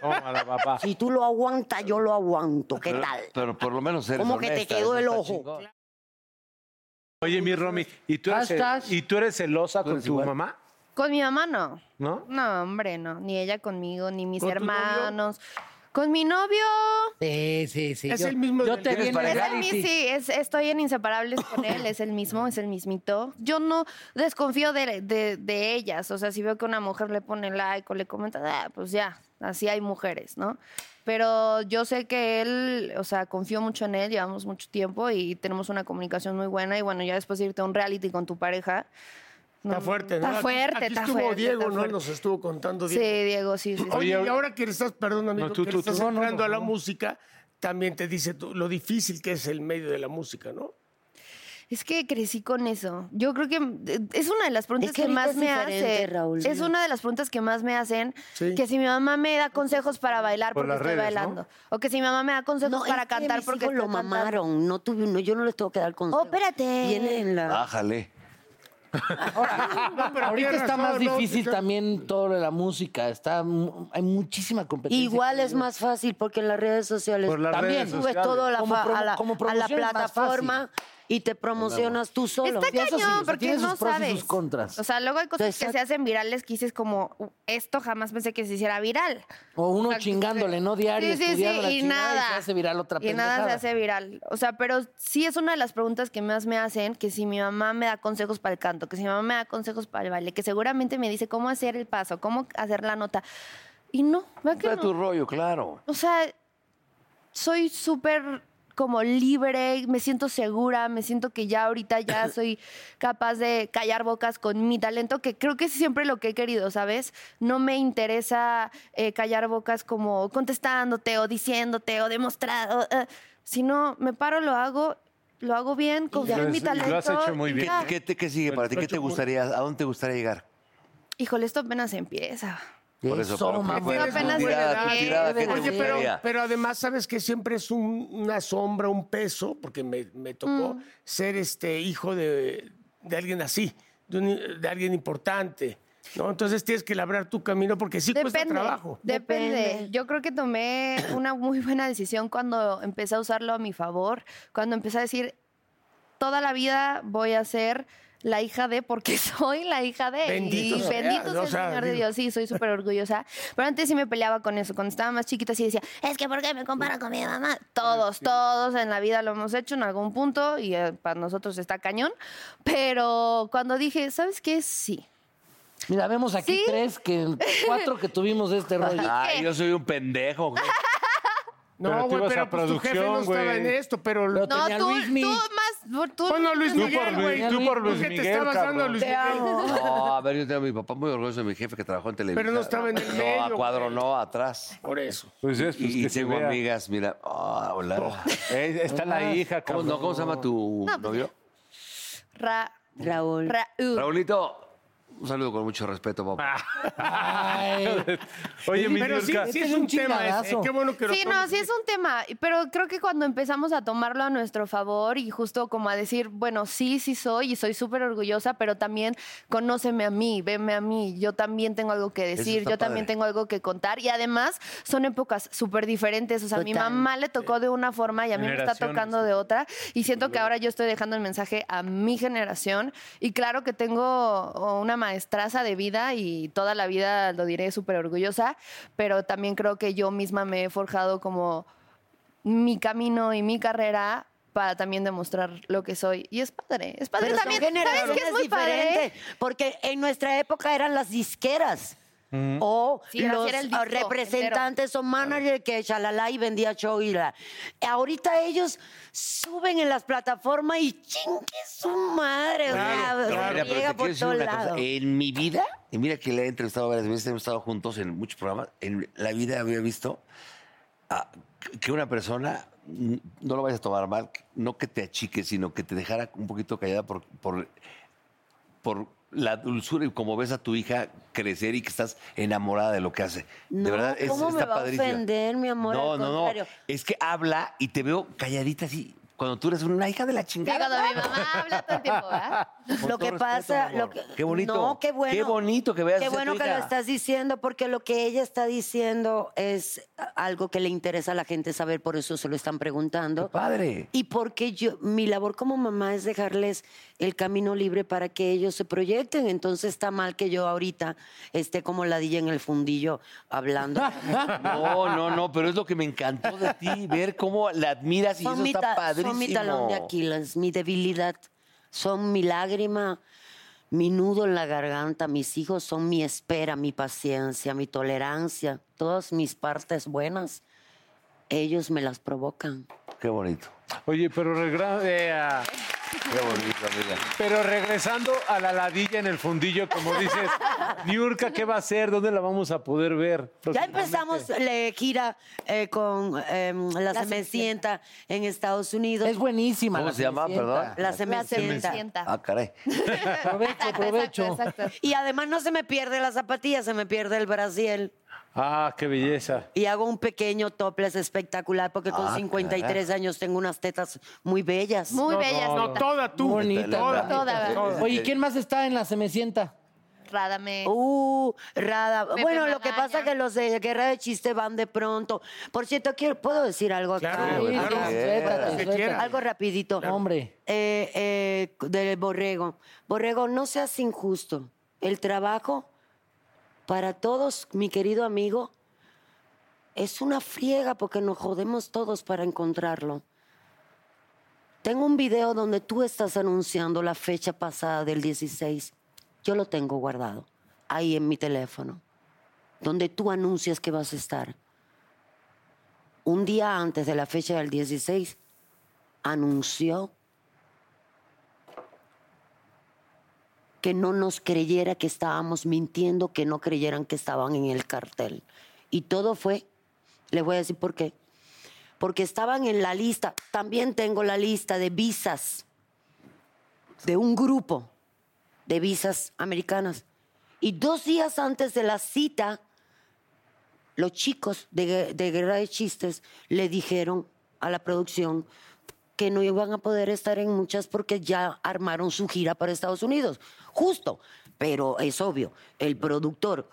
Tómala, papá. <laughs> Si tú lo aguantas, yo lo aguanto. ¿Qué Pero- tal? Pero por lo menos eres Como que te honesta, quedó eso el está ojo. chingón. Oye, mi Romy, ¿y tú eres, Hashtag. ¿y tú eres celosa con tu mamá? Con mi mamá no. ¿No? No, hombre, no. Ni ella conmigo, ni mis ¿Con tu novio? hermanos. Con mi novio. Sí, sí, sí. Es yo, el mismo Yo del- te vi ¿Tienes en el pareja? reality. Sí, sí, es- estoy en Inseparables con él, es el mismo, es el mismito. Yo no desconfío de, de- de ellas, o sea, si veo que una mujer le pone like o le comenta, "Ah, pues ya, así hay mujeres, ¿no? Pero yo sé que él, o sea, confío mucho en él, llevamos mucho tiempo y tenemos una comunicación muy buena y bueno, ya después de irte a un reality con tu pareja. Está Mm. fuerte, ¿no? Está Aquí- fuerte, aquí está estuvo fuerte, Diego, está ¿no? fuerte. Nos estuvo contando Sí, Diego. Diego, sí, sí. sí. Oye, y ahora que le estás, perdón, amigo, No, tú, que tú, le estás tú. No, no, entrando por a la favor. música, también te dice tú lo difícil que es el medio de la música, ¿no? Es que crecí con eso. Yo creo que eh, es una de las preguntas Es que que, ahorita más es me diferente, hace. Raúl, es sí. una de las preguntas que más me hacen. Sí. Que si mi mamá me da consejos para bailar Por porque las estoy redes, ¿no? bailando. O que si mi mamá me da consejos No, para es que cantar mis porque hijos lo estoy cantando. mamaron. No tuve, no, yo no les tengo que dar consejo. espérate. Vienen la... Bájale. pero Ahorita tienes está razón, más ¿no? difícil también todo lo de la música. Está, mu- hay muchísima competencia. Igual es más fácil porque en las redes sociales Por las también redes subes sociales. todo a la, Como fa- promo- a la, como a la promoción es más plataforma y te promocionas tú solo. Está cañón, porque no sabes. contras. O sea, luego hay cosas Exacto. que se hacen virales que dices como, "Uh, esto jamás pensé que se hiciera viral. O uno chingándole, ¿no? Diario, Sí, sí, sí, estudiando la y chingada, nada. Y se hace viral otra Y nada se pendejada. hace viral. O sea, pero sí es una de las preguntas que más me hacen, que si mi mamá me da consejos para el canto, que si mi mamá me da consejos para el baile, que seguramente me dice cómo hacer el paso, cómo hacer la nota. Y no, ¿verdad que Está tu no? rollo, claro. O sea, soy súper como libre, me siento segura, me siento que ya ahorita ya soy capaz de callar bocas con mi talento, que creo que es siempre lo que he querido, ¿sabes? No me interesa eh, callar bocas como contestándote o diciéndote o demostrando, sino me paro, lo hago, lo hago bien, confío en mi talento. y ¿Qué, ya. qué te- qué sigue para ti? ¿Qué te gustaría? ¿A dónde te gustaría llegar? Híjole, esto apenas empieza. Por eso, pero ¿qué mamá. fue? pues, Yo Tu apenas tirada, llegué, tu tirada, ¿qué te Oye, pero, gustaría? pero además sabes que siempre es un- una sombra, un peso, porque me, me tocó Mm. ser este hijo de, de alguien así, de, un- de alguien importante. ¿no? Entonces tienes que labrar tu camino porque sí cuesta trabajo. Depende. Yo creo que tomé una muy buena decisión cuando empecé a usarlo a mi favor, cuando empecé a decir, toda la vida voy a ser la hija de, porque <laughs> soy la hija de. Bendito y sea, bendito sea o el sea, Señor de digo. Dios. Sí, soy súper orgullosa. Pero antes sí me peleaba con eso. Cuando estaba más chiquita sí decía, es que ¿por qué me comparan con mi mamá? Todos, todos en la vida lo hemos hecho en algún punto y eh, para nosotros está cañón. Pero cuando dije, ¿sabes qué? Sí. Mira, vemos aquí ¿Sí? tres, que cuatro que tuvimos de <laughs> este rollo. Ay, yo soy un <laughs> pendejo. güey. pues, No, güey, pero, pues, tu jefe no estaba en esto, pero Lo tenía tú, Luismi. tú más tú- Bueno, Luis Tú por Miguel, Luis- güey. tú por ¿Por Luis qué te Miguel, estabas dando cabrón. Luis Te Miguel? No, a ver, yo tengo a mi papá muy orgulloso de mi jefe que trabajó en televisión. Pero no estaba en el No, a medio, cuadro no, atrás. Por eso. Pues es, pues, y que se tengo vea. Eh, amigas, mira. ah, hola. está la hija, ¿Cómo, cabrón. no, ¿Cómo se llama tu No, pues, novio? Ra- Raúl. Raúl. Raulito, un saludo con mucho respeto, papá. <laughs> Oye, mi Pero sí, Niurka, Este sí es un tema ese. Qué bueno que lo Sí, no, tomas. sí es un tema, pero creo que cuando empezamos a tomarlo a nuestro favor y justo como a decir, bueno, sí, sí soy y soy súper orgullosa, pero también conóceme a mí, veme a mí, yo también tengo algo que Eso decir, está yo también padre. tengo algo que contar y además son épocas súper diferentes, o sea, a mi Total. mamá le tocó de una forma y a mí me está Generaciones. tocando de otra y siento que ahora yo estoy dejando el mensaje a mi generación y claro que tengo una maestraza de vida y toda la vida lo diré súper orgullosa, pero también creo que yo misma me he forjado como mi camino y mi carrera para también demostrar lo que soy y es padre, es padre Pero son también. ¿Sabes qué es generaciones muy padre? diferentes, Porque en nuestra época eran las disqueras. O Sí, era- los era el disco representantes o manager que chalala y vendía show y la. Ahorita ellos suben en las plataformas y chingue su madre. o sea, Pero mira, pero te riega quiero por decir todo una cosa. Eh, lado. En mi vida, y mira que le he entrevistado varias veces, hemos estado juntos en muchos programas, en la vida había visto ah, que una persona, mm, no lo vayas a tomar mal, no que te achique, sino que te dejara un poquito callada por, por, por la dulzura y como ves a tu hija crecer y que estás enamorada de lo que hace. de verdad, es, ¿Cómo me está va padrísimo. a ofender, mi amor? No, Al no, no. contrario. Es que habla y te veo calladita así. Cuando tú eres una hija de la chingada. Lo que pasa, lo que- Qué bonito. No, qué bueno. Qué bonito que veas Qué eso de bueno tu que hija. lo estás diciendo, porque lo que ella está diciendo es algo que le interesa a la gente saber, por eso se lo están preguntando. padre. Y porque yo, mi labor como mamá es dejarles el camino libre para que ellos se proyecten. Entonces está mal que yo ahorita esté como la DJ en el fundillo hablando. <laughs> No, no, no, pero es lo que me encantó de ti, ver cómo la admiras y son eso mi está ta- padrísimo. Son mi talón de Aquiles, mi debilidad, son mi lágrima, mi nudo en la garganta, mis hijos son mi espera, mi paciencia, mi tolerancia, todas mis partes buenas, ellos me las provocan. Qué bonito. Oye, pero regra- eh, ah, Qué bonito, amiga. Pero regresando a la ladilla en el fundillo, como <laughs> dices, Niurka, ¿qué va a hacer? ¿Dónde la vamos a poder ver? Ya empezamos la gira eh, con eh, La, Semecienta en Estados Unidos. Es buenísima. ¿Cómo se llama, perdón? La Semecienta. Ah, caray. <laughs> Aprovecho, aprovecho. Y además no se me pierde la zapatilla, se me pierde el brasiel. Ah, qué belleza. Y hago un pequeño topless espectacular porque con Ah, 53 caray. años tengo unas tetas muy bellas. Muy No, bellas, no, neta. no, toda tú. Bonita. Toda, toda, toda. Oye, ¿quién más está en la Semecienta? Rádame. Uh, Rada. Pepe bueno, lo que Magaña. pasa es que los de Guerra de Chiste van de pronto. Por cierto, quiero- ¿puedo decir algo acá? Claro, Sí, claro, sí, suéltate, claro. suéltate. Algo rapidito. Hombre. Eh, eh, del Borrego. Borrego, no seas injusto. El trabajo para todos, mi querido amigo, es una friega porque nos jodemos todos para encontrarlo. Tengo un video donde tú estás anunciando la fecha pasada del 16. Yo lo tengo guardado ahí en mi teléfono, donde tú anuncias que vas a estar. Un día antes de la fecha del 16, anunció que no nos creyera que estábamos mintiendo, que no creyeran que estaban en el cartel. Y todo fue, les voy a decir por qué, porque estaban en la lista, también tengo la lista de visas de un grupo de visas americanas. Y dos días antes de la cita, los chicos de, Gue- de Guerra de Chistes le dijeron a la producción que no iban a poder estar en muchas porque ya armaron su gira para Estados Unidos. Justo, pero es obvio, el productor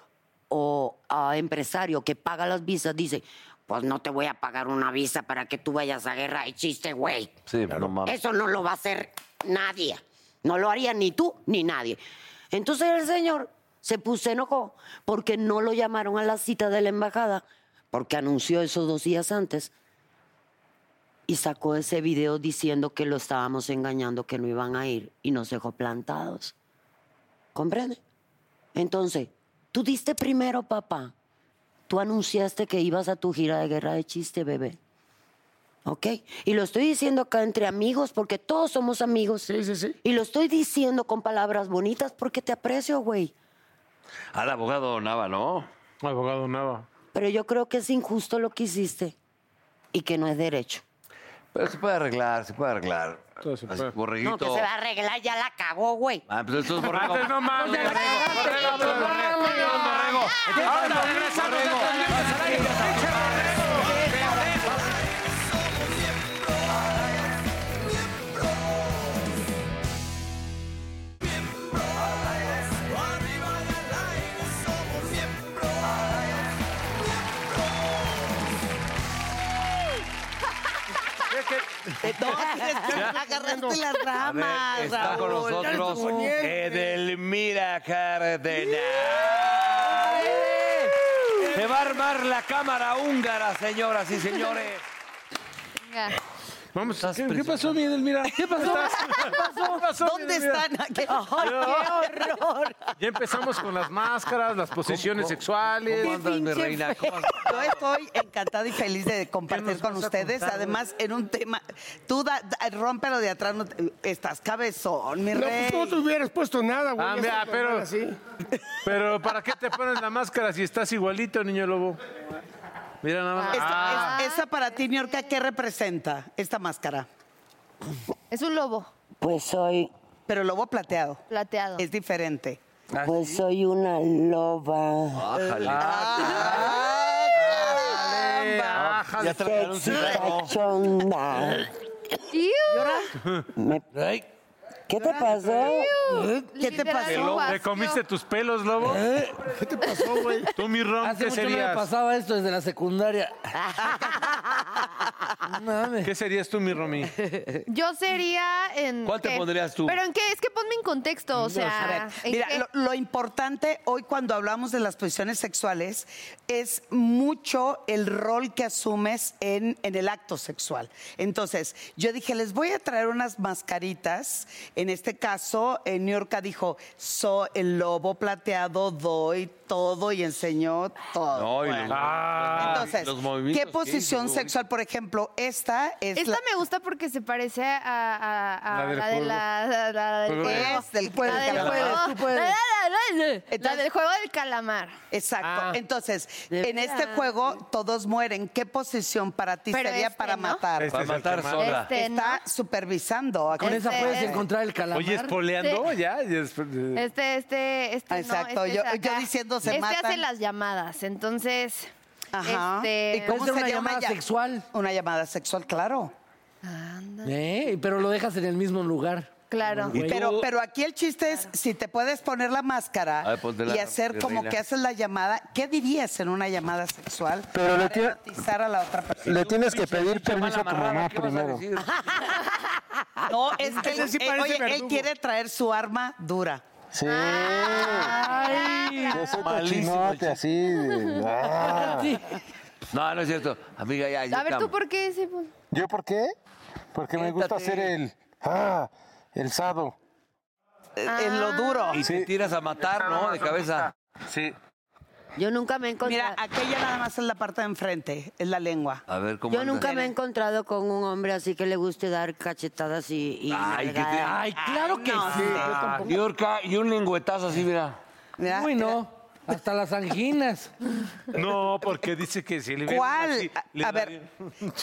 o ah, empresario que paga las visas dice, pues no te voy a pagar una visa para que tú vayas a Guerra de Chistes, güey. Sí, no mames. Eso no lo va a hacer nadie. No lo haría ni tú ni nadie. Entonces el señor se puso enojó porque no lo llamaron a la cita de la embajada porque anunció eso dos días antes y sacó ese video diciendo que lo estábamos engañando, que no iban a ir y nos dejó plantados. ¿Comprende? Entonces, tú diste primero, papá. Tú anunciaste que ibas a tu gira de guerra de chiste, bebé. ¿Ok? Y lo estoy diciendo acá entre amigos porque todos somos amigos. Sí, sí, sí. Y lo estoy diciendo con palabras bonitas porque te aprecio, güey. Al Ah, abogado Nava, ¿no? Abogado Nava. Pero yo creo que es injusto lo que hiciste y que no es derecho. Pero se puede arreglar, se puede arreglar. Así, borreguito. No, que se va a arreglar, ya la cagó, güey. Ah, pues entonces <laughs> borrego. Antes no mames, Borrego, borrego, borrego, borrego, borrego. Entonces, Ahora borrego, regresamos borrego. a Tendientes al Aire. Pinche agarraste las A ver, ramas, está con Raúl. nosotros Edelmira Cárdenas. Se va a armar la cámara húngara, señoras y señores. Vamos, ¿qué, qué pasó, mi Edelmira? ¿Qué pasó? ¿Qué pasó, mi ¿Dónde Edelmira? están? ¿Qué, qué horror! Ya empezamos con las máscaras, las posiciones sexuales. ¿Cómo andas, mi reina? <laughs> Yo estoy encantada y feliz de compartir con vas a ustedes. contar, Además, en un tema. Tú da, da- rómpelo de atrás. no te- estás cabezón, mi No, rey. pues, no te hubieras puesto nada, güey. Ah, ya mira, se pero- tomaron así. Pero ¿para qué te pones la máscara si estás igualito, niño lobo? Mira nada más. Esta, Ah, es- esta para ti, New York, ¿qué representa esta máscara? Es un lobo Pues soy, Pero lobo plateado. plateado. Es diferente. Ah, pues soy una loba. Ah, Ah. Ya te regalaron un Sexy cigarro. cachonda. Me- ¿Qué te pasó? ¿Qué te ¿Te lo- pasó? ¿Te comiste tus pelos, lobo? ¿Qué te pasó, güey? Tú, mi Rom, Hace ¿qué mucho no me serías? pasaba esto desde la secundaria. Ah, ¿Qué serías tú, mi Romy? Yo sería en. ¿Cuál te ¿qué? pondrías tú? Pero en qué? Es que ponme en contexto, o sea. A ver, ¿en mira, qué? lo, lo importante hoy cuando hablamos de las posiciones sexuales es mucho el rol que asumes en, en el acto sexual. Entonces, yo dije, les voy a traer unas mascaritas. En este caso, en New York dijo, soy el lobo plateado, doy todo y enseñó todo. No, y los- Bueno. Ah, Entonces, los movimientos ¿qué que posición hizo, güey? sexual, por ejemplo, esta es Esta la- me gusta porque se parece a, a- a- La del la de la, la- la del Juego de- juego. Es del juego La del del calamar. juego. Tú puedes. La, la- la- la- la del juego del calamar. Exacto. Ah. Entonces, en este veras. juego todos mueren. ¿Qué posición para ti Pero sería este, para ¿no? matar? Este Para es el matar que mata. sola. Este, Está supervisando. Con esa Este- puedes encontrar el calamar. Oye, ¿espoleando Sí. ya? Y es- eh, Este, este, este. no, Exacto, este yo- es acá. yo diciendo se Este matan. hace las llamadas, entonces. Ajá. Este, ¿Y cómo Puede ser una sería llamada lla- sexual. Una llamada sexual, claro. ¿Eh? Pero lo dejas en el mismo lugar. Claro. Güey. Pero, pero aquí el chiste es si te puedes poner la máscara A ver, ponte Ah, pues la- y hacer mi como reina. que haces la llamada. ¿Qué dirías en una llamada sexual? Pero le para tiene- erotizar a la otra persona. Le tienes que pedir mal permiso a tu amarrada, mamá ¿qué vas a primero. decir? <laughs> No, es que él, Ah, Ese sí eh, parece oye, él verdugo. quiere traer su arma dura. Sí. Ese cochinote así. de- ah. No, no es cierto. Amiga, ya, ya. A ver, ¿tú cam- por qué ese? pues? ¿Yo por qué? Porque me gusta hacer el. Ah, el sado. Eh, En lo duro. Y te tiras a matar, ¿no? De cabeza. Sí. Yo nunca me he Mira, encontrado. aquella nada más es la parte de enfrente, es la lengua. A ver cómo Yo andas? nunca me he encontrado con un hombre así que le guste dar cachetadas y. y Ay, que te- ah, nalgadas. Ay, claro que no, sí. hombre. Yo tampoco- Yorka y un lengüetazo así, mira. Mira, Uy, no. Hasta las anginas. No, porque dice que si le ven ¿Cuál? así, le a da ver, bien.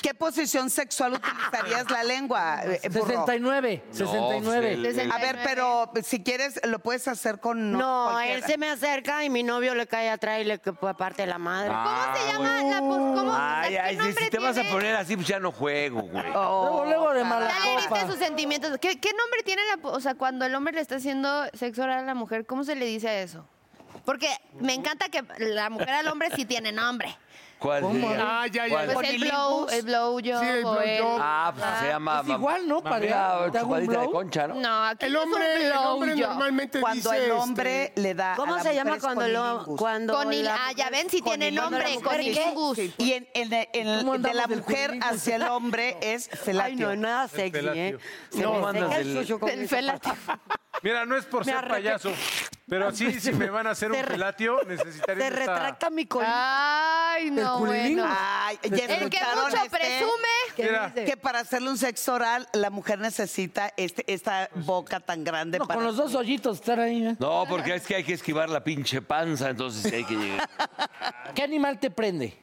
¿qué posición sexual utilizarías la lengua? eh, burro? 69. pues, el- 69. A ver, pero si quieres, lo puedes hacer con. No, él cualquiera. se me acerca y mi novio le cae atrás y le que- pues, aparte la madre. ¿Cómo Ah, se llama? La, pos- ¿Cómo? o Ah, Ay, sea, ¿qué ay, si- si nombre te vas a tiene? Oh. poner así, pues ya no juego, güey. Luego, luego de mala Ya le diste copa. sus sentimientos. ¿Qué, qué nombre tiene la... po- O sea, cuando el hombre le está haciendo sexo oral a la mujer, ¿cómo se le dice a eso? Porque me encanta que la mujer al hombre sí tiene nombre. ¿Cuál? sería? Ah, ya, ya. ¿Cuál? Pues el blow, el blow job Sí, el o blow el- job. Ah, pues se llama. Es igual, ¿no? Para- Mira, ¿te hago un chupadita de blow? concha, ¿no? No, aquí El no es un hombre, el blow hombre job. normalmente Cuando dice, el este, hombre le da. a ¿Cómo la se mujer llama es cuando lo conilingus? cuando Con il- la ah, ya mujer- ven, si tiene conilingus, nombre, la mujer, conilingus. ¿qué? Y en, en- en- ¿Cómo de la andamos del mujer conilingus? hacia el hombre es Ay, felatio. no, nada sexy, felatio. ¿eh? Se No, me mandas seca el el- suyo con El esa felatio. parte. Mira, no es por ser arrepentí. payaso, Pero sí, si me van a hacer un pelatio, necesitaré Se esta- retracta mi colín. Ay, no, ¿El culilín? bueno. Ay, ya El que escucharon, este. mucho presume. que, Mira. dice que para hacerle un sexo oral, la mujer necesita este, esta boca tan grande. para... Con los dos hoyitos están ahí. ¿eh? No, porque es que hay que esquivar la pinche panza, entonces sí hay que <laughs> llegar. ¿Qué animal te prende?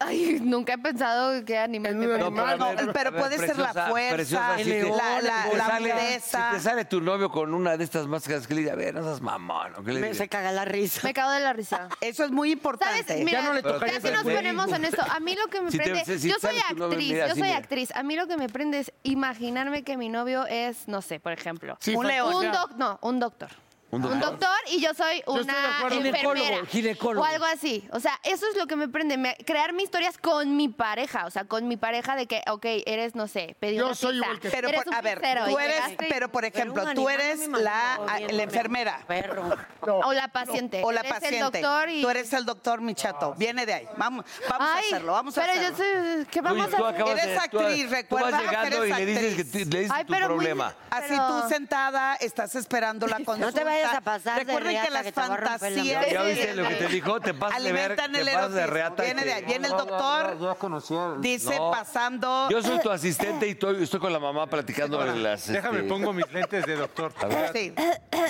Ay, nunca he pensado que animal me No, parece. a ver, a ver, preciosa, preciosa, si te- si te sale- Si te sale tu novio con una de estas máscaras, que le diga, a ver, no seas mamón. ¿no? ¿Qué le diga? caga la risa. Me cago de la risa. <laughs> Eso es muy importante. ¿Sabes? Mira, ya si nos güey. ponemos en esto, a mí lo que me Si te- prende, si- si yo soy sale tu novio, actriz, mira, yo así, soy mira. actriz. A mí lo que me prende es imaginarme que mi novio es, no sé, por ejemplo, Sí, un fantasía. un doc- no, un doctor. Un doctor. Un doctor y yo soy Yo estoy de una acuerdo. enfermera Ginecólogo, ginecólogo. o algo así. O sea, eso es lo que me prende, me- crear mis historias con mi pareja, o sea, con mi pareja de que, ok, eres, no sé, pedí Yo una soy pizza, igual que tú. Pero eres por- un a ver, pizzero, tú y eres- llegaste y- pero, por Pero ejemplo, un tú animal eres no me la- imagino bien, la no, enfermera. Perro. O la paciente. O la Eres el paciente. doctor y- Tú eres el doctor, mi chato. Viene de ahí. Vamos, vamos Ay, a hacerlo, vamos a pero yo hacerlo. soy- ¿qué vamos Oye, tú a hacer? acabas de- Eres tú- actriz, tú vas recuerda. que llegando eres y le dices actriz. que te- le dices Ay, tu pero, Willy, problema. Así pero- tú sentada, estás esperando la consulta. te vayas a pasar de Recuerden que reata, las que te voy a romper la fantasías... madre. ¿Ya viste lo que <laughs> te dijo? Te pasas de ver, Alimentan el te pasas de erotismo. reata. y Viene te- de ahí, viene el doctor, dice No. pasando... <laughs> Yo soy tu asistente y estoy, estoy con la mamá platicando de las... Déjame, este, pongo mis lentes de doctor. A ver. Sí.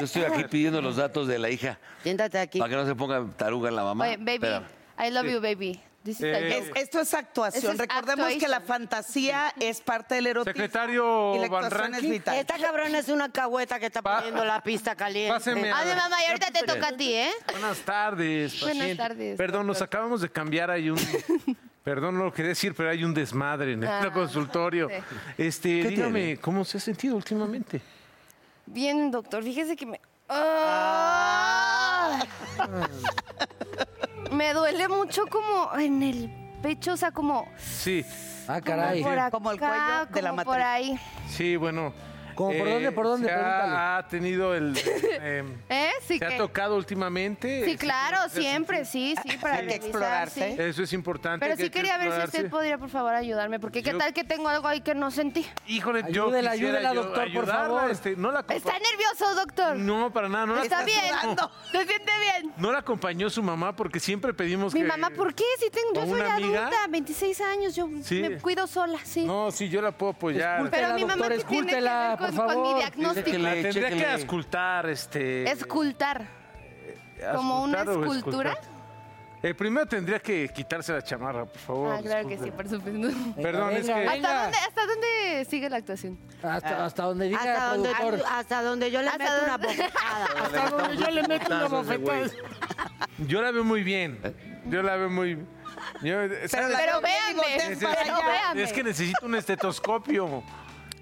Yo estoy aquí pidiendo los datos de la hija. Siéntate aquí. Para que no se ponga taruga en la mamá. Oye, baby, Espérame. I love Sí. you, baby. This is a Eh, joke. Es- esto es Eso actuación. es Recordemos que la actuation. fantasía es parte del erotismo. Secretario y la Van actuación es Ranking. vital. Esta cabrona es una cagüeta que está poniendo la pista caliente. Páseme a- Oye, mamá, y ahorita te toca a ti, ¿eh? Buenas tardes. Buenas paciente. tardes, Perdón, nos acabamos de cambiar. <laughs> Hay un. Perdón, no lo quería decir, pero hay un desmadre en el Ah, consultorio. sí. Este, ¿Qué dígame, tiene? ¿cómo se ha sentido últimamente? Bien, doctor, fíjese que me... ¡Ah! me duele mucho como en el pecho, o sea, como... Sí. Ah, como por acá, como por ahí. Sí, bueno. eh, ¿Cómo por dónde, por dónde? se Ha, Pregúntale. ha tenido <laughs> el. em, ¿Eh? Sí, ¿Se ha que- tocado últimamente? este, sí claro, siempre, sí, sí, para Hay que revisar, explorarse. sí. Eso es importante. Pero que sí hay que quería ver si explorarse. usted podría, por favor, ayudarme, porque qué Yo- tal que tengo algo ahí que no sentí. Híjole, yo Ayúdela, quisiera ayúdela, yo doctor, por ayudarla, favor. este, no la acompa- ¿Está nervioso, doctor? No, para nada. No la ¿Está acompa- bien? No, ¿Se siente bien? no la acompañó su mamá porque siempre pedimos Mi que... mamá, ¿por qué? Si tengo, yo ¿Con soy una amiga? adulta, 26 años, yo Sí. me cuido sola, sí. No, sí, yo pues la puedo apoyar. Pero mi mamá, ¿qué tiene que ver con, con mi diagnóstico? La tendría que chéquele. auscultar, este... Escultar. ¿Como una auscultar o escultura? escultar. Eh, primero tendría que quitarse la chamarra, por favor. Ah, claro que sí, disculpe. por <laughs> supuesto. Perdón, es que... ¿Hasta dónde, ¿Hasta dónde sigue la actuación? Ah. Hasta, hasta donde diga Hasta el donde, productor. hasta donde yo le Hasta meto una donde- <laughs> bofetada. Hasta donde yo le meto una bofetada. Yo la veo muy bien. Yo la veo muy... Yo, ¿sabes? Pero la- Yo digo, véanme, ten Necesito- para pero allá. véanme. Ah. Es que necesito un estetoscopio.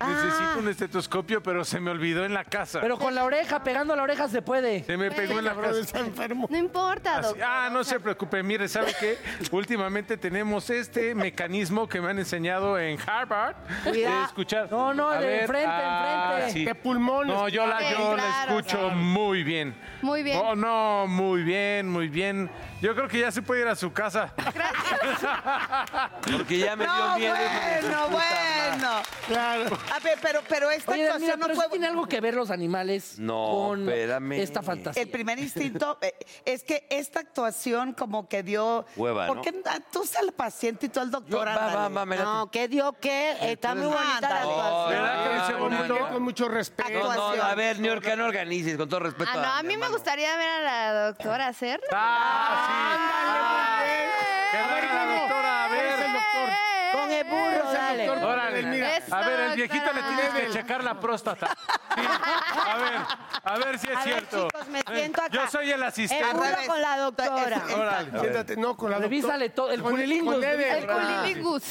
Ah. Necesito un estetoscopio, pero se me olvidó en la casa. Pero con la oreja, pegando la oreja se puede. se me pegó en la casa. enfermo. No importa, Así- doctor. ah, no se preocupe, mire, ¿sabe qué? Últimamente tenemos este mecanismo que me han enseñado en Harvard de Cuidado. escuchar. No, no, A ah, de enfrente, enfrente. sí. De pulmones. No, yo la, Ok, yo la claro, escucho claro. muy bien. Muy bien. Oh, no, muy bien, muy bien. Yo creo que ya se puede ir a su casa. pues. <laughs> Porque ya me dio No, miedo. hijo de su bueno, puta madre. bueno. Claro. A ver, pero, pero esta Oye, actuación mira, no pero sí fue... tiene algo que ver los animales No, con espérame. esta fantasía. El primer <laughs> instinto eh, es que esta actuación como que dio... Hueva, ¿no? Porque ah, tú estás el paciente y tú al Yo- doctor. va, va, ándale. va, me late. No, ¿qué dio qué? Está muy bonita Ándale. la actuación. ¿Verdad que dice no, bonito? no, Con mucho respeto. No, no, no, a Actuación. ver, New York, no organices, con todo respeto. Ah, no, a mí mi me hermano. gustaría ver a la doctora hacerlo. pues. Ah, sí. Que venga la doctora, a ver. Ah, Con el Eh, burro, dale. Órale, mira. Eso, A ver, el viejito le doctora. tienes que checar la próstata. Sí. A ver, a ver si es A ver, cierto. chicos, me A ver, siento acá. Yo soy el El burro asistente. revés. con la doctora. Eso, Órale. Siéntate, no, con la Revísale todo, el cunilingus. con Eden. El culilingus.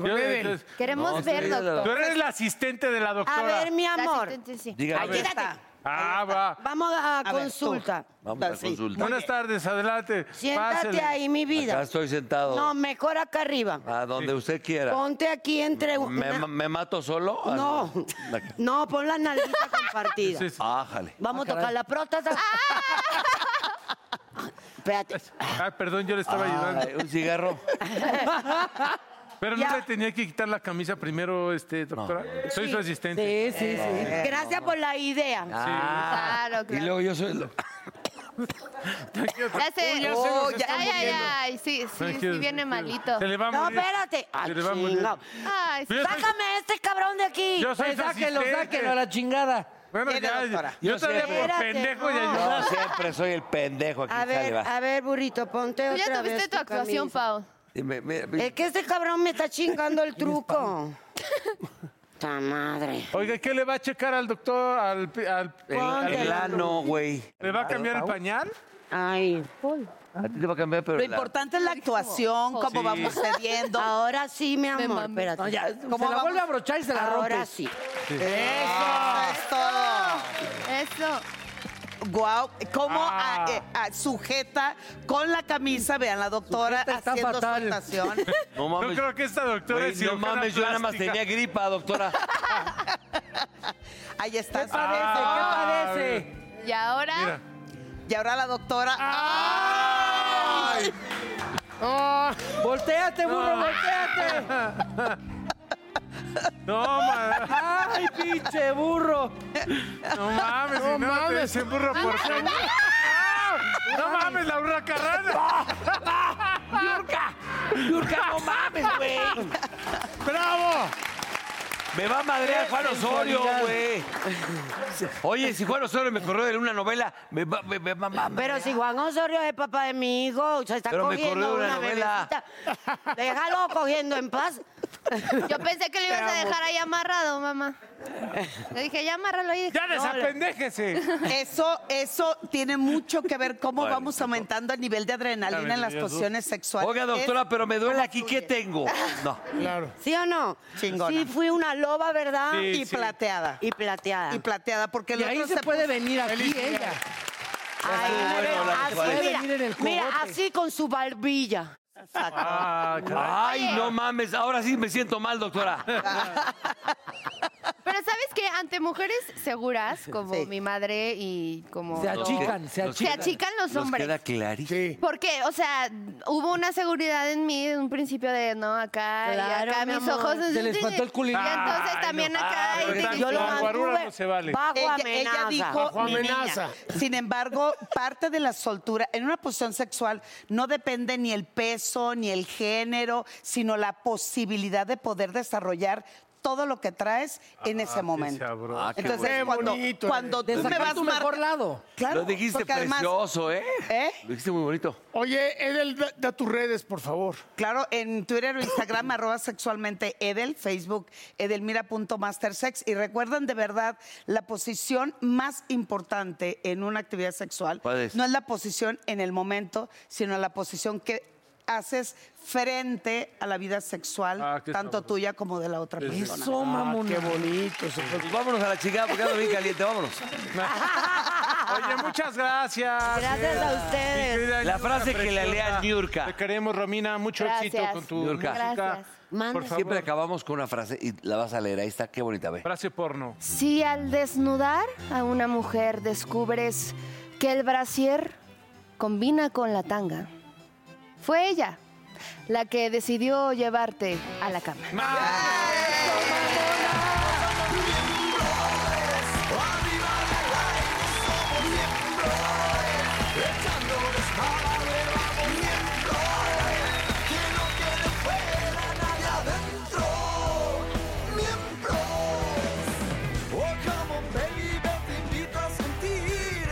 Yo, entonces, Queremos ver, sí, doctor. Tú eres la asistente de la A doctora. ver, mi La amor. asistente, sí. Dígame. Aquí está. Ah, va. Vamos a ver, tú. consulta. Vamos a Así. consultar. Buenas tardes, adelante. Siéntate Pásele. ahí, mi Acá vida. estoy sentado. No, mejor acá arriba. A donde usted quiera. Ponte aquí entre... ¿Me, una- me mato solo? Ah, No, no, pon la <laughs> nalguita compartida. Sí, sí. Ájale. Ah, Vamos Ah, a tocar la <laughs> próstata. Espérate. Ah, perdón, yo le estaba ayudando. un cigarro. Pero no le tenía que quitar la camisa primero, este, doctora. Soy su asistente. Sí, sí, sí. Gracias por la idea. Ah, Claro, Eh. Y claro. luego yo soy... lo- Ya se, Uy, ya se Oh, nos está ay, ay, muriendo. ay, sí, sí, sí Tranquilo, viene malito. Se le va a No, morir. espérate. Ah, Se le va a morir. chingado. Ay, Yo soy- Sácame a este cabrón de aquí. pues, Yo soy su Sáquelo, asistente. sáquelo a la chingada. Bueno, Viene, ya, doctora. yo Yo todavía siempre. por Espérate, pendejo ya no. Yo siempre soy el pendejo aquí. A sale, ver, va. a ver, burrito, ponte Tú otra Pues ya vez. tuviste tu actuación, Pau. Dime, mira, mira. Es que este cabrón me está chingando <laughs> el truco. Ta madre. Oiga, ¿qué le va a checar al doctor? Al, pi- al, El, al- el ano, güey. ¿Le va a cambiar el Pau? pañal? Ay. A ti te va a cambiar, pero... Lo la- importante es la actuación, cómo Sí. vamos cediendo. Ahora sí, mi Me amor, mamé. espérate. No, ya, se la vuelve a abrochar y se la Ahora rompes. sí. Sí. Ah. Eso. Guau, cómo Ah. a- eh, a- sujeta con la camisa, vean la doctora haciendo su actuación. <laughs> No mames. creo que esta doctora Güey, es No cirujana mames, yo nada más plástica. tenía gripa, doctora. <laughs> Ahí está. ¿Qué parece? Ah, ¿Qué parece? Y ahora. Y ahora la doctora. Ah. Volteate, burro, volteate. <laughs> No, mames. Ay, pinche burro. <laughs> No mames, no, mames. Ese burro por favor. No mames, la burra carrana. ¡Yurka! ¡Yurka, no mames, güey! ¡Bravo! Me va a madrear Juan Osorio, güey. Oye, si Juan Osorio me corrió de una novela, me va, me, me va a madrear. Pero si Juan Osorio es papá de mi hijo, se está Pero me cogiendo corrió una una novela. bebecita. Déjalo cogiendo en paz. Yo pensé que lo ibas a dejar ahí amarrado, mamá. ¡Ah! Le dije, ya amárralo ahí. ¡Ya Eso, eso tiene mucho que ver cómo vamos aumentando el nivel de adrenalina en las Maravilloso. posiciones sexuales. Oiga, doctora, Es- pero me duele aquí, ¿qué <laughs> tengo? No. Claro. ¿Sí o no? Chingona. Sí, fui una loba, ¿verdad? Sí, y sí. plateada. Y plateada. Y plateada, porque el Y ahí otro se puede puso- venir aquí ella. Ay, Ah, mira, bueno, la así, visual. mira, Venir en el mira, cogote. así con su barbilla. Ah, Ay, no mames, ahora sí me siento mal, doctora. Pero sabes que ante mujeres seguras, como Sí. mi madre y como. Se yo, achican, se achican. Se achican los Nos hombres. queda clarísimo. Porque, o sea, hubo una seguridad en mí, en un principio de, no, acá, y Claro, acá mi mis amor. ojos. Se les faltó el culín. Y entonces también acá. y- Yo lo mantuve. no se vale. Ella, ella amenaza. dijo, Bajo "Mi niña". amenaza. Sin embargo, parte de la soltura en una posición sexual no depende ni el peso ni el género, sino la posibilidad de poder desarrollar todo lo que traes en ese momento. sabroso. Ah, qué Entonces, bueno. cuando, Qué bonito, cuando De tú me sacar vas tu mar- mejor lado. Claro, Lo dijiste porque además- precioso, ¿eh? ¿Eh? Lo dijiste muy bonito. Oye, Edel, da, tus redes, por favor. Claro, en Twitter o Instagram, <clears throat> arroba sexualmente Edel, Facebook, edelmira.mastersex. Y recuerden de verdad, la posición más importante en una actividad sexual ¿Cuál es? no es la posición en el momento, sino la posición que haces frente a la vida sexual, qué tanto tuya como de la otra persona. Eso, mamón. qué bonito. Pues vámonos a la chingada porque ando bien caliente, vámonos. <laughs> Oye, muchas gracias. Gracias a ustedes. La frase que le lea leas Niurka. Te queremos, Romina. Mucho éxito con tu Niurka. música. Por favor. Siempre acabamos con una frase y la vas a leer. Ahí está, qué bonita, ve. Frase porno. Si al desnudar a una mujer descubres que el brasier combina con la tanga, fue ella la que decidió llevarte a la cama. Oh, come on, baby, te invito a sentir.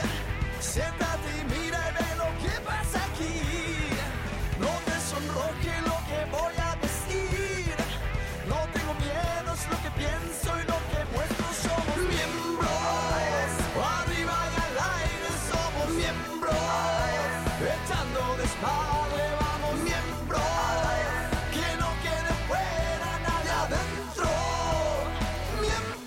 Siéntate y mira y ve lo que pasa aquí. No te sonroje lo que voy a decir. No tengo miedo, es lo que pienso y lo que muestro. Somos miembros. Arriba y al aire somos miembros. Echando desmadre, vamos miembros. Que no quede fuera nadie adentro. Miembros.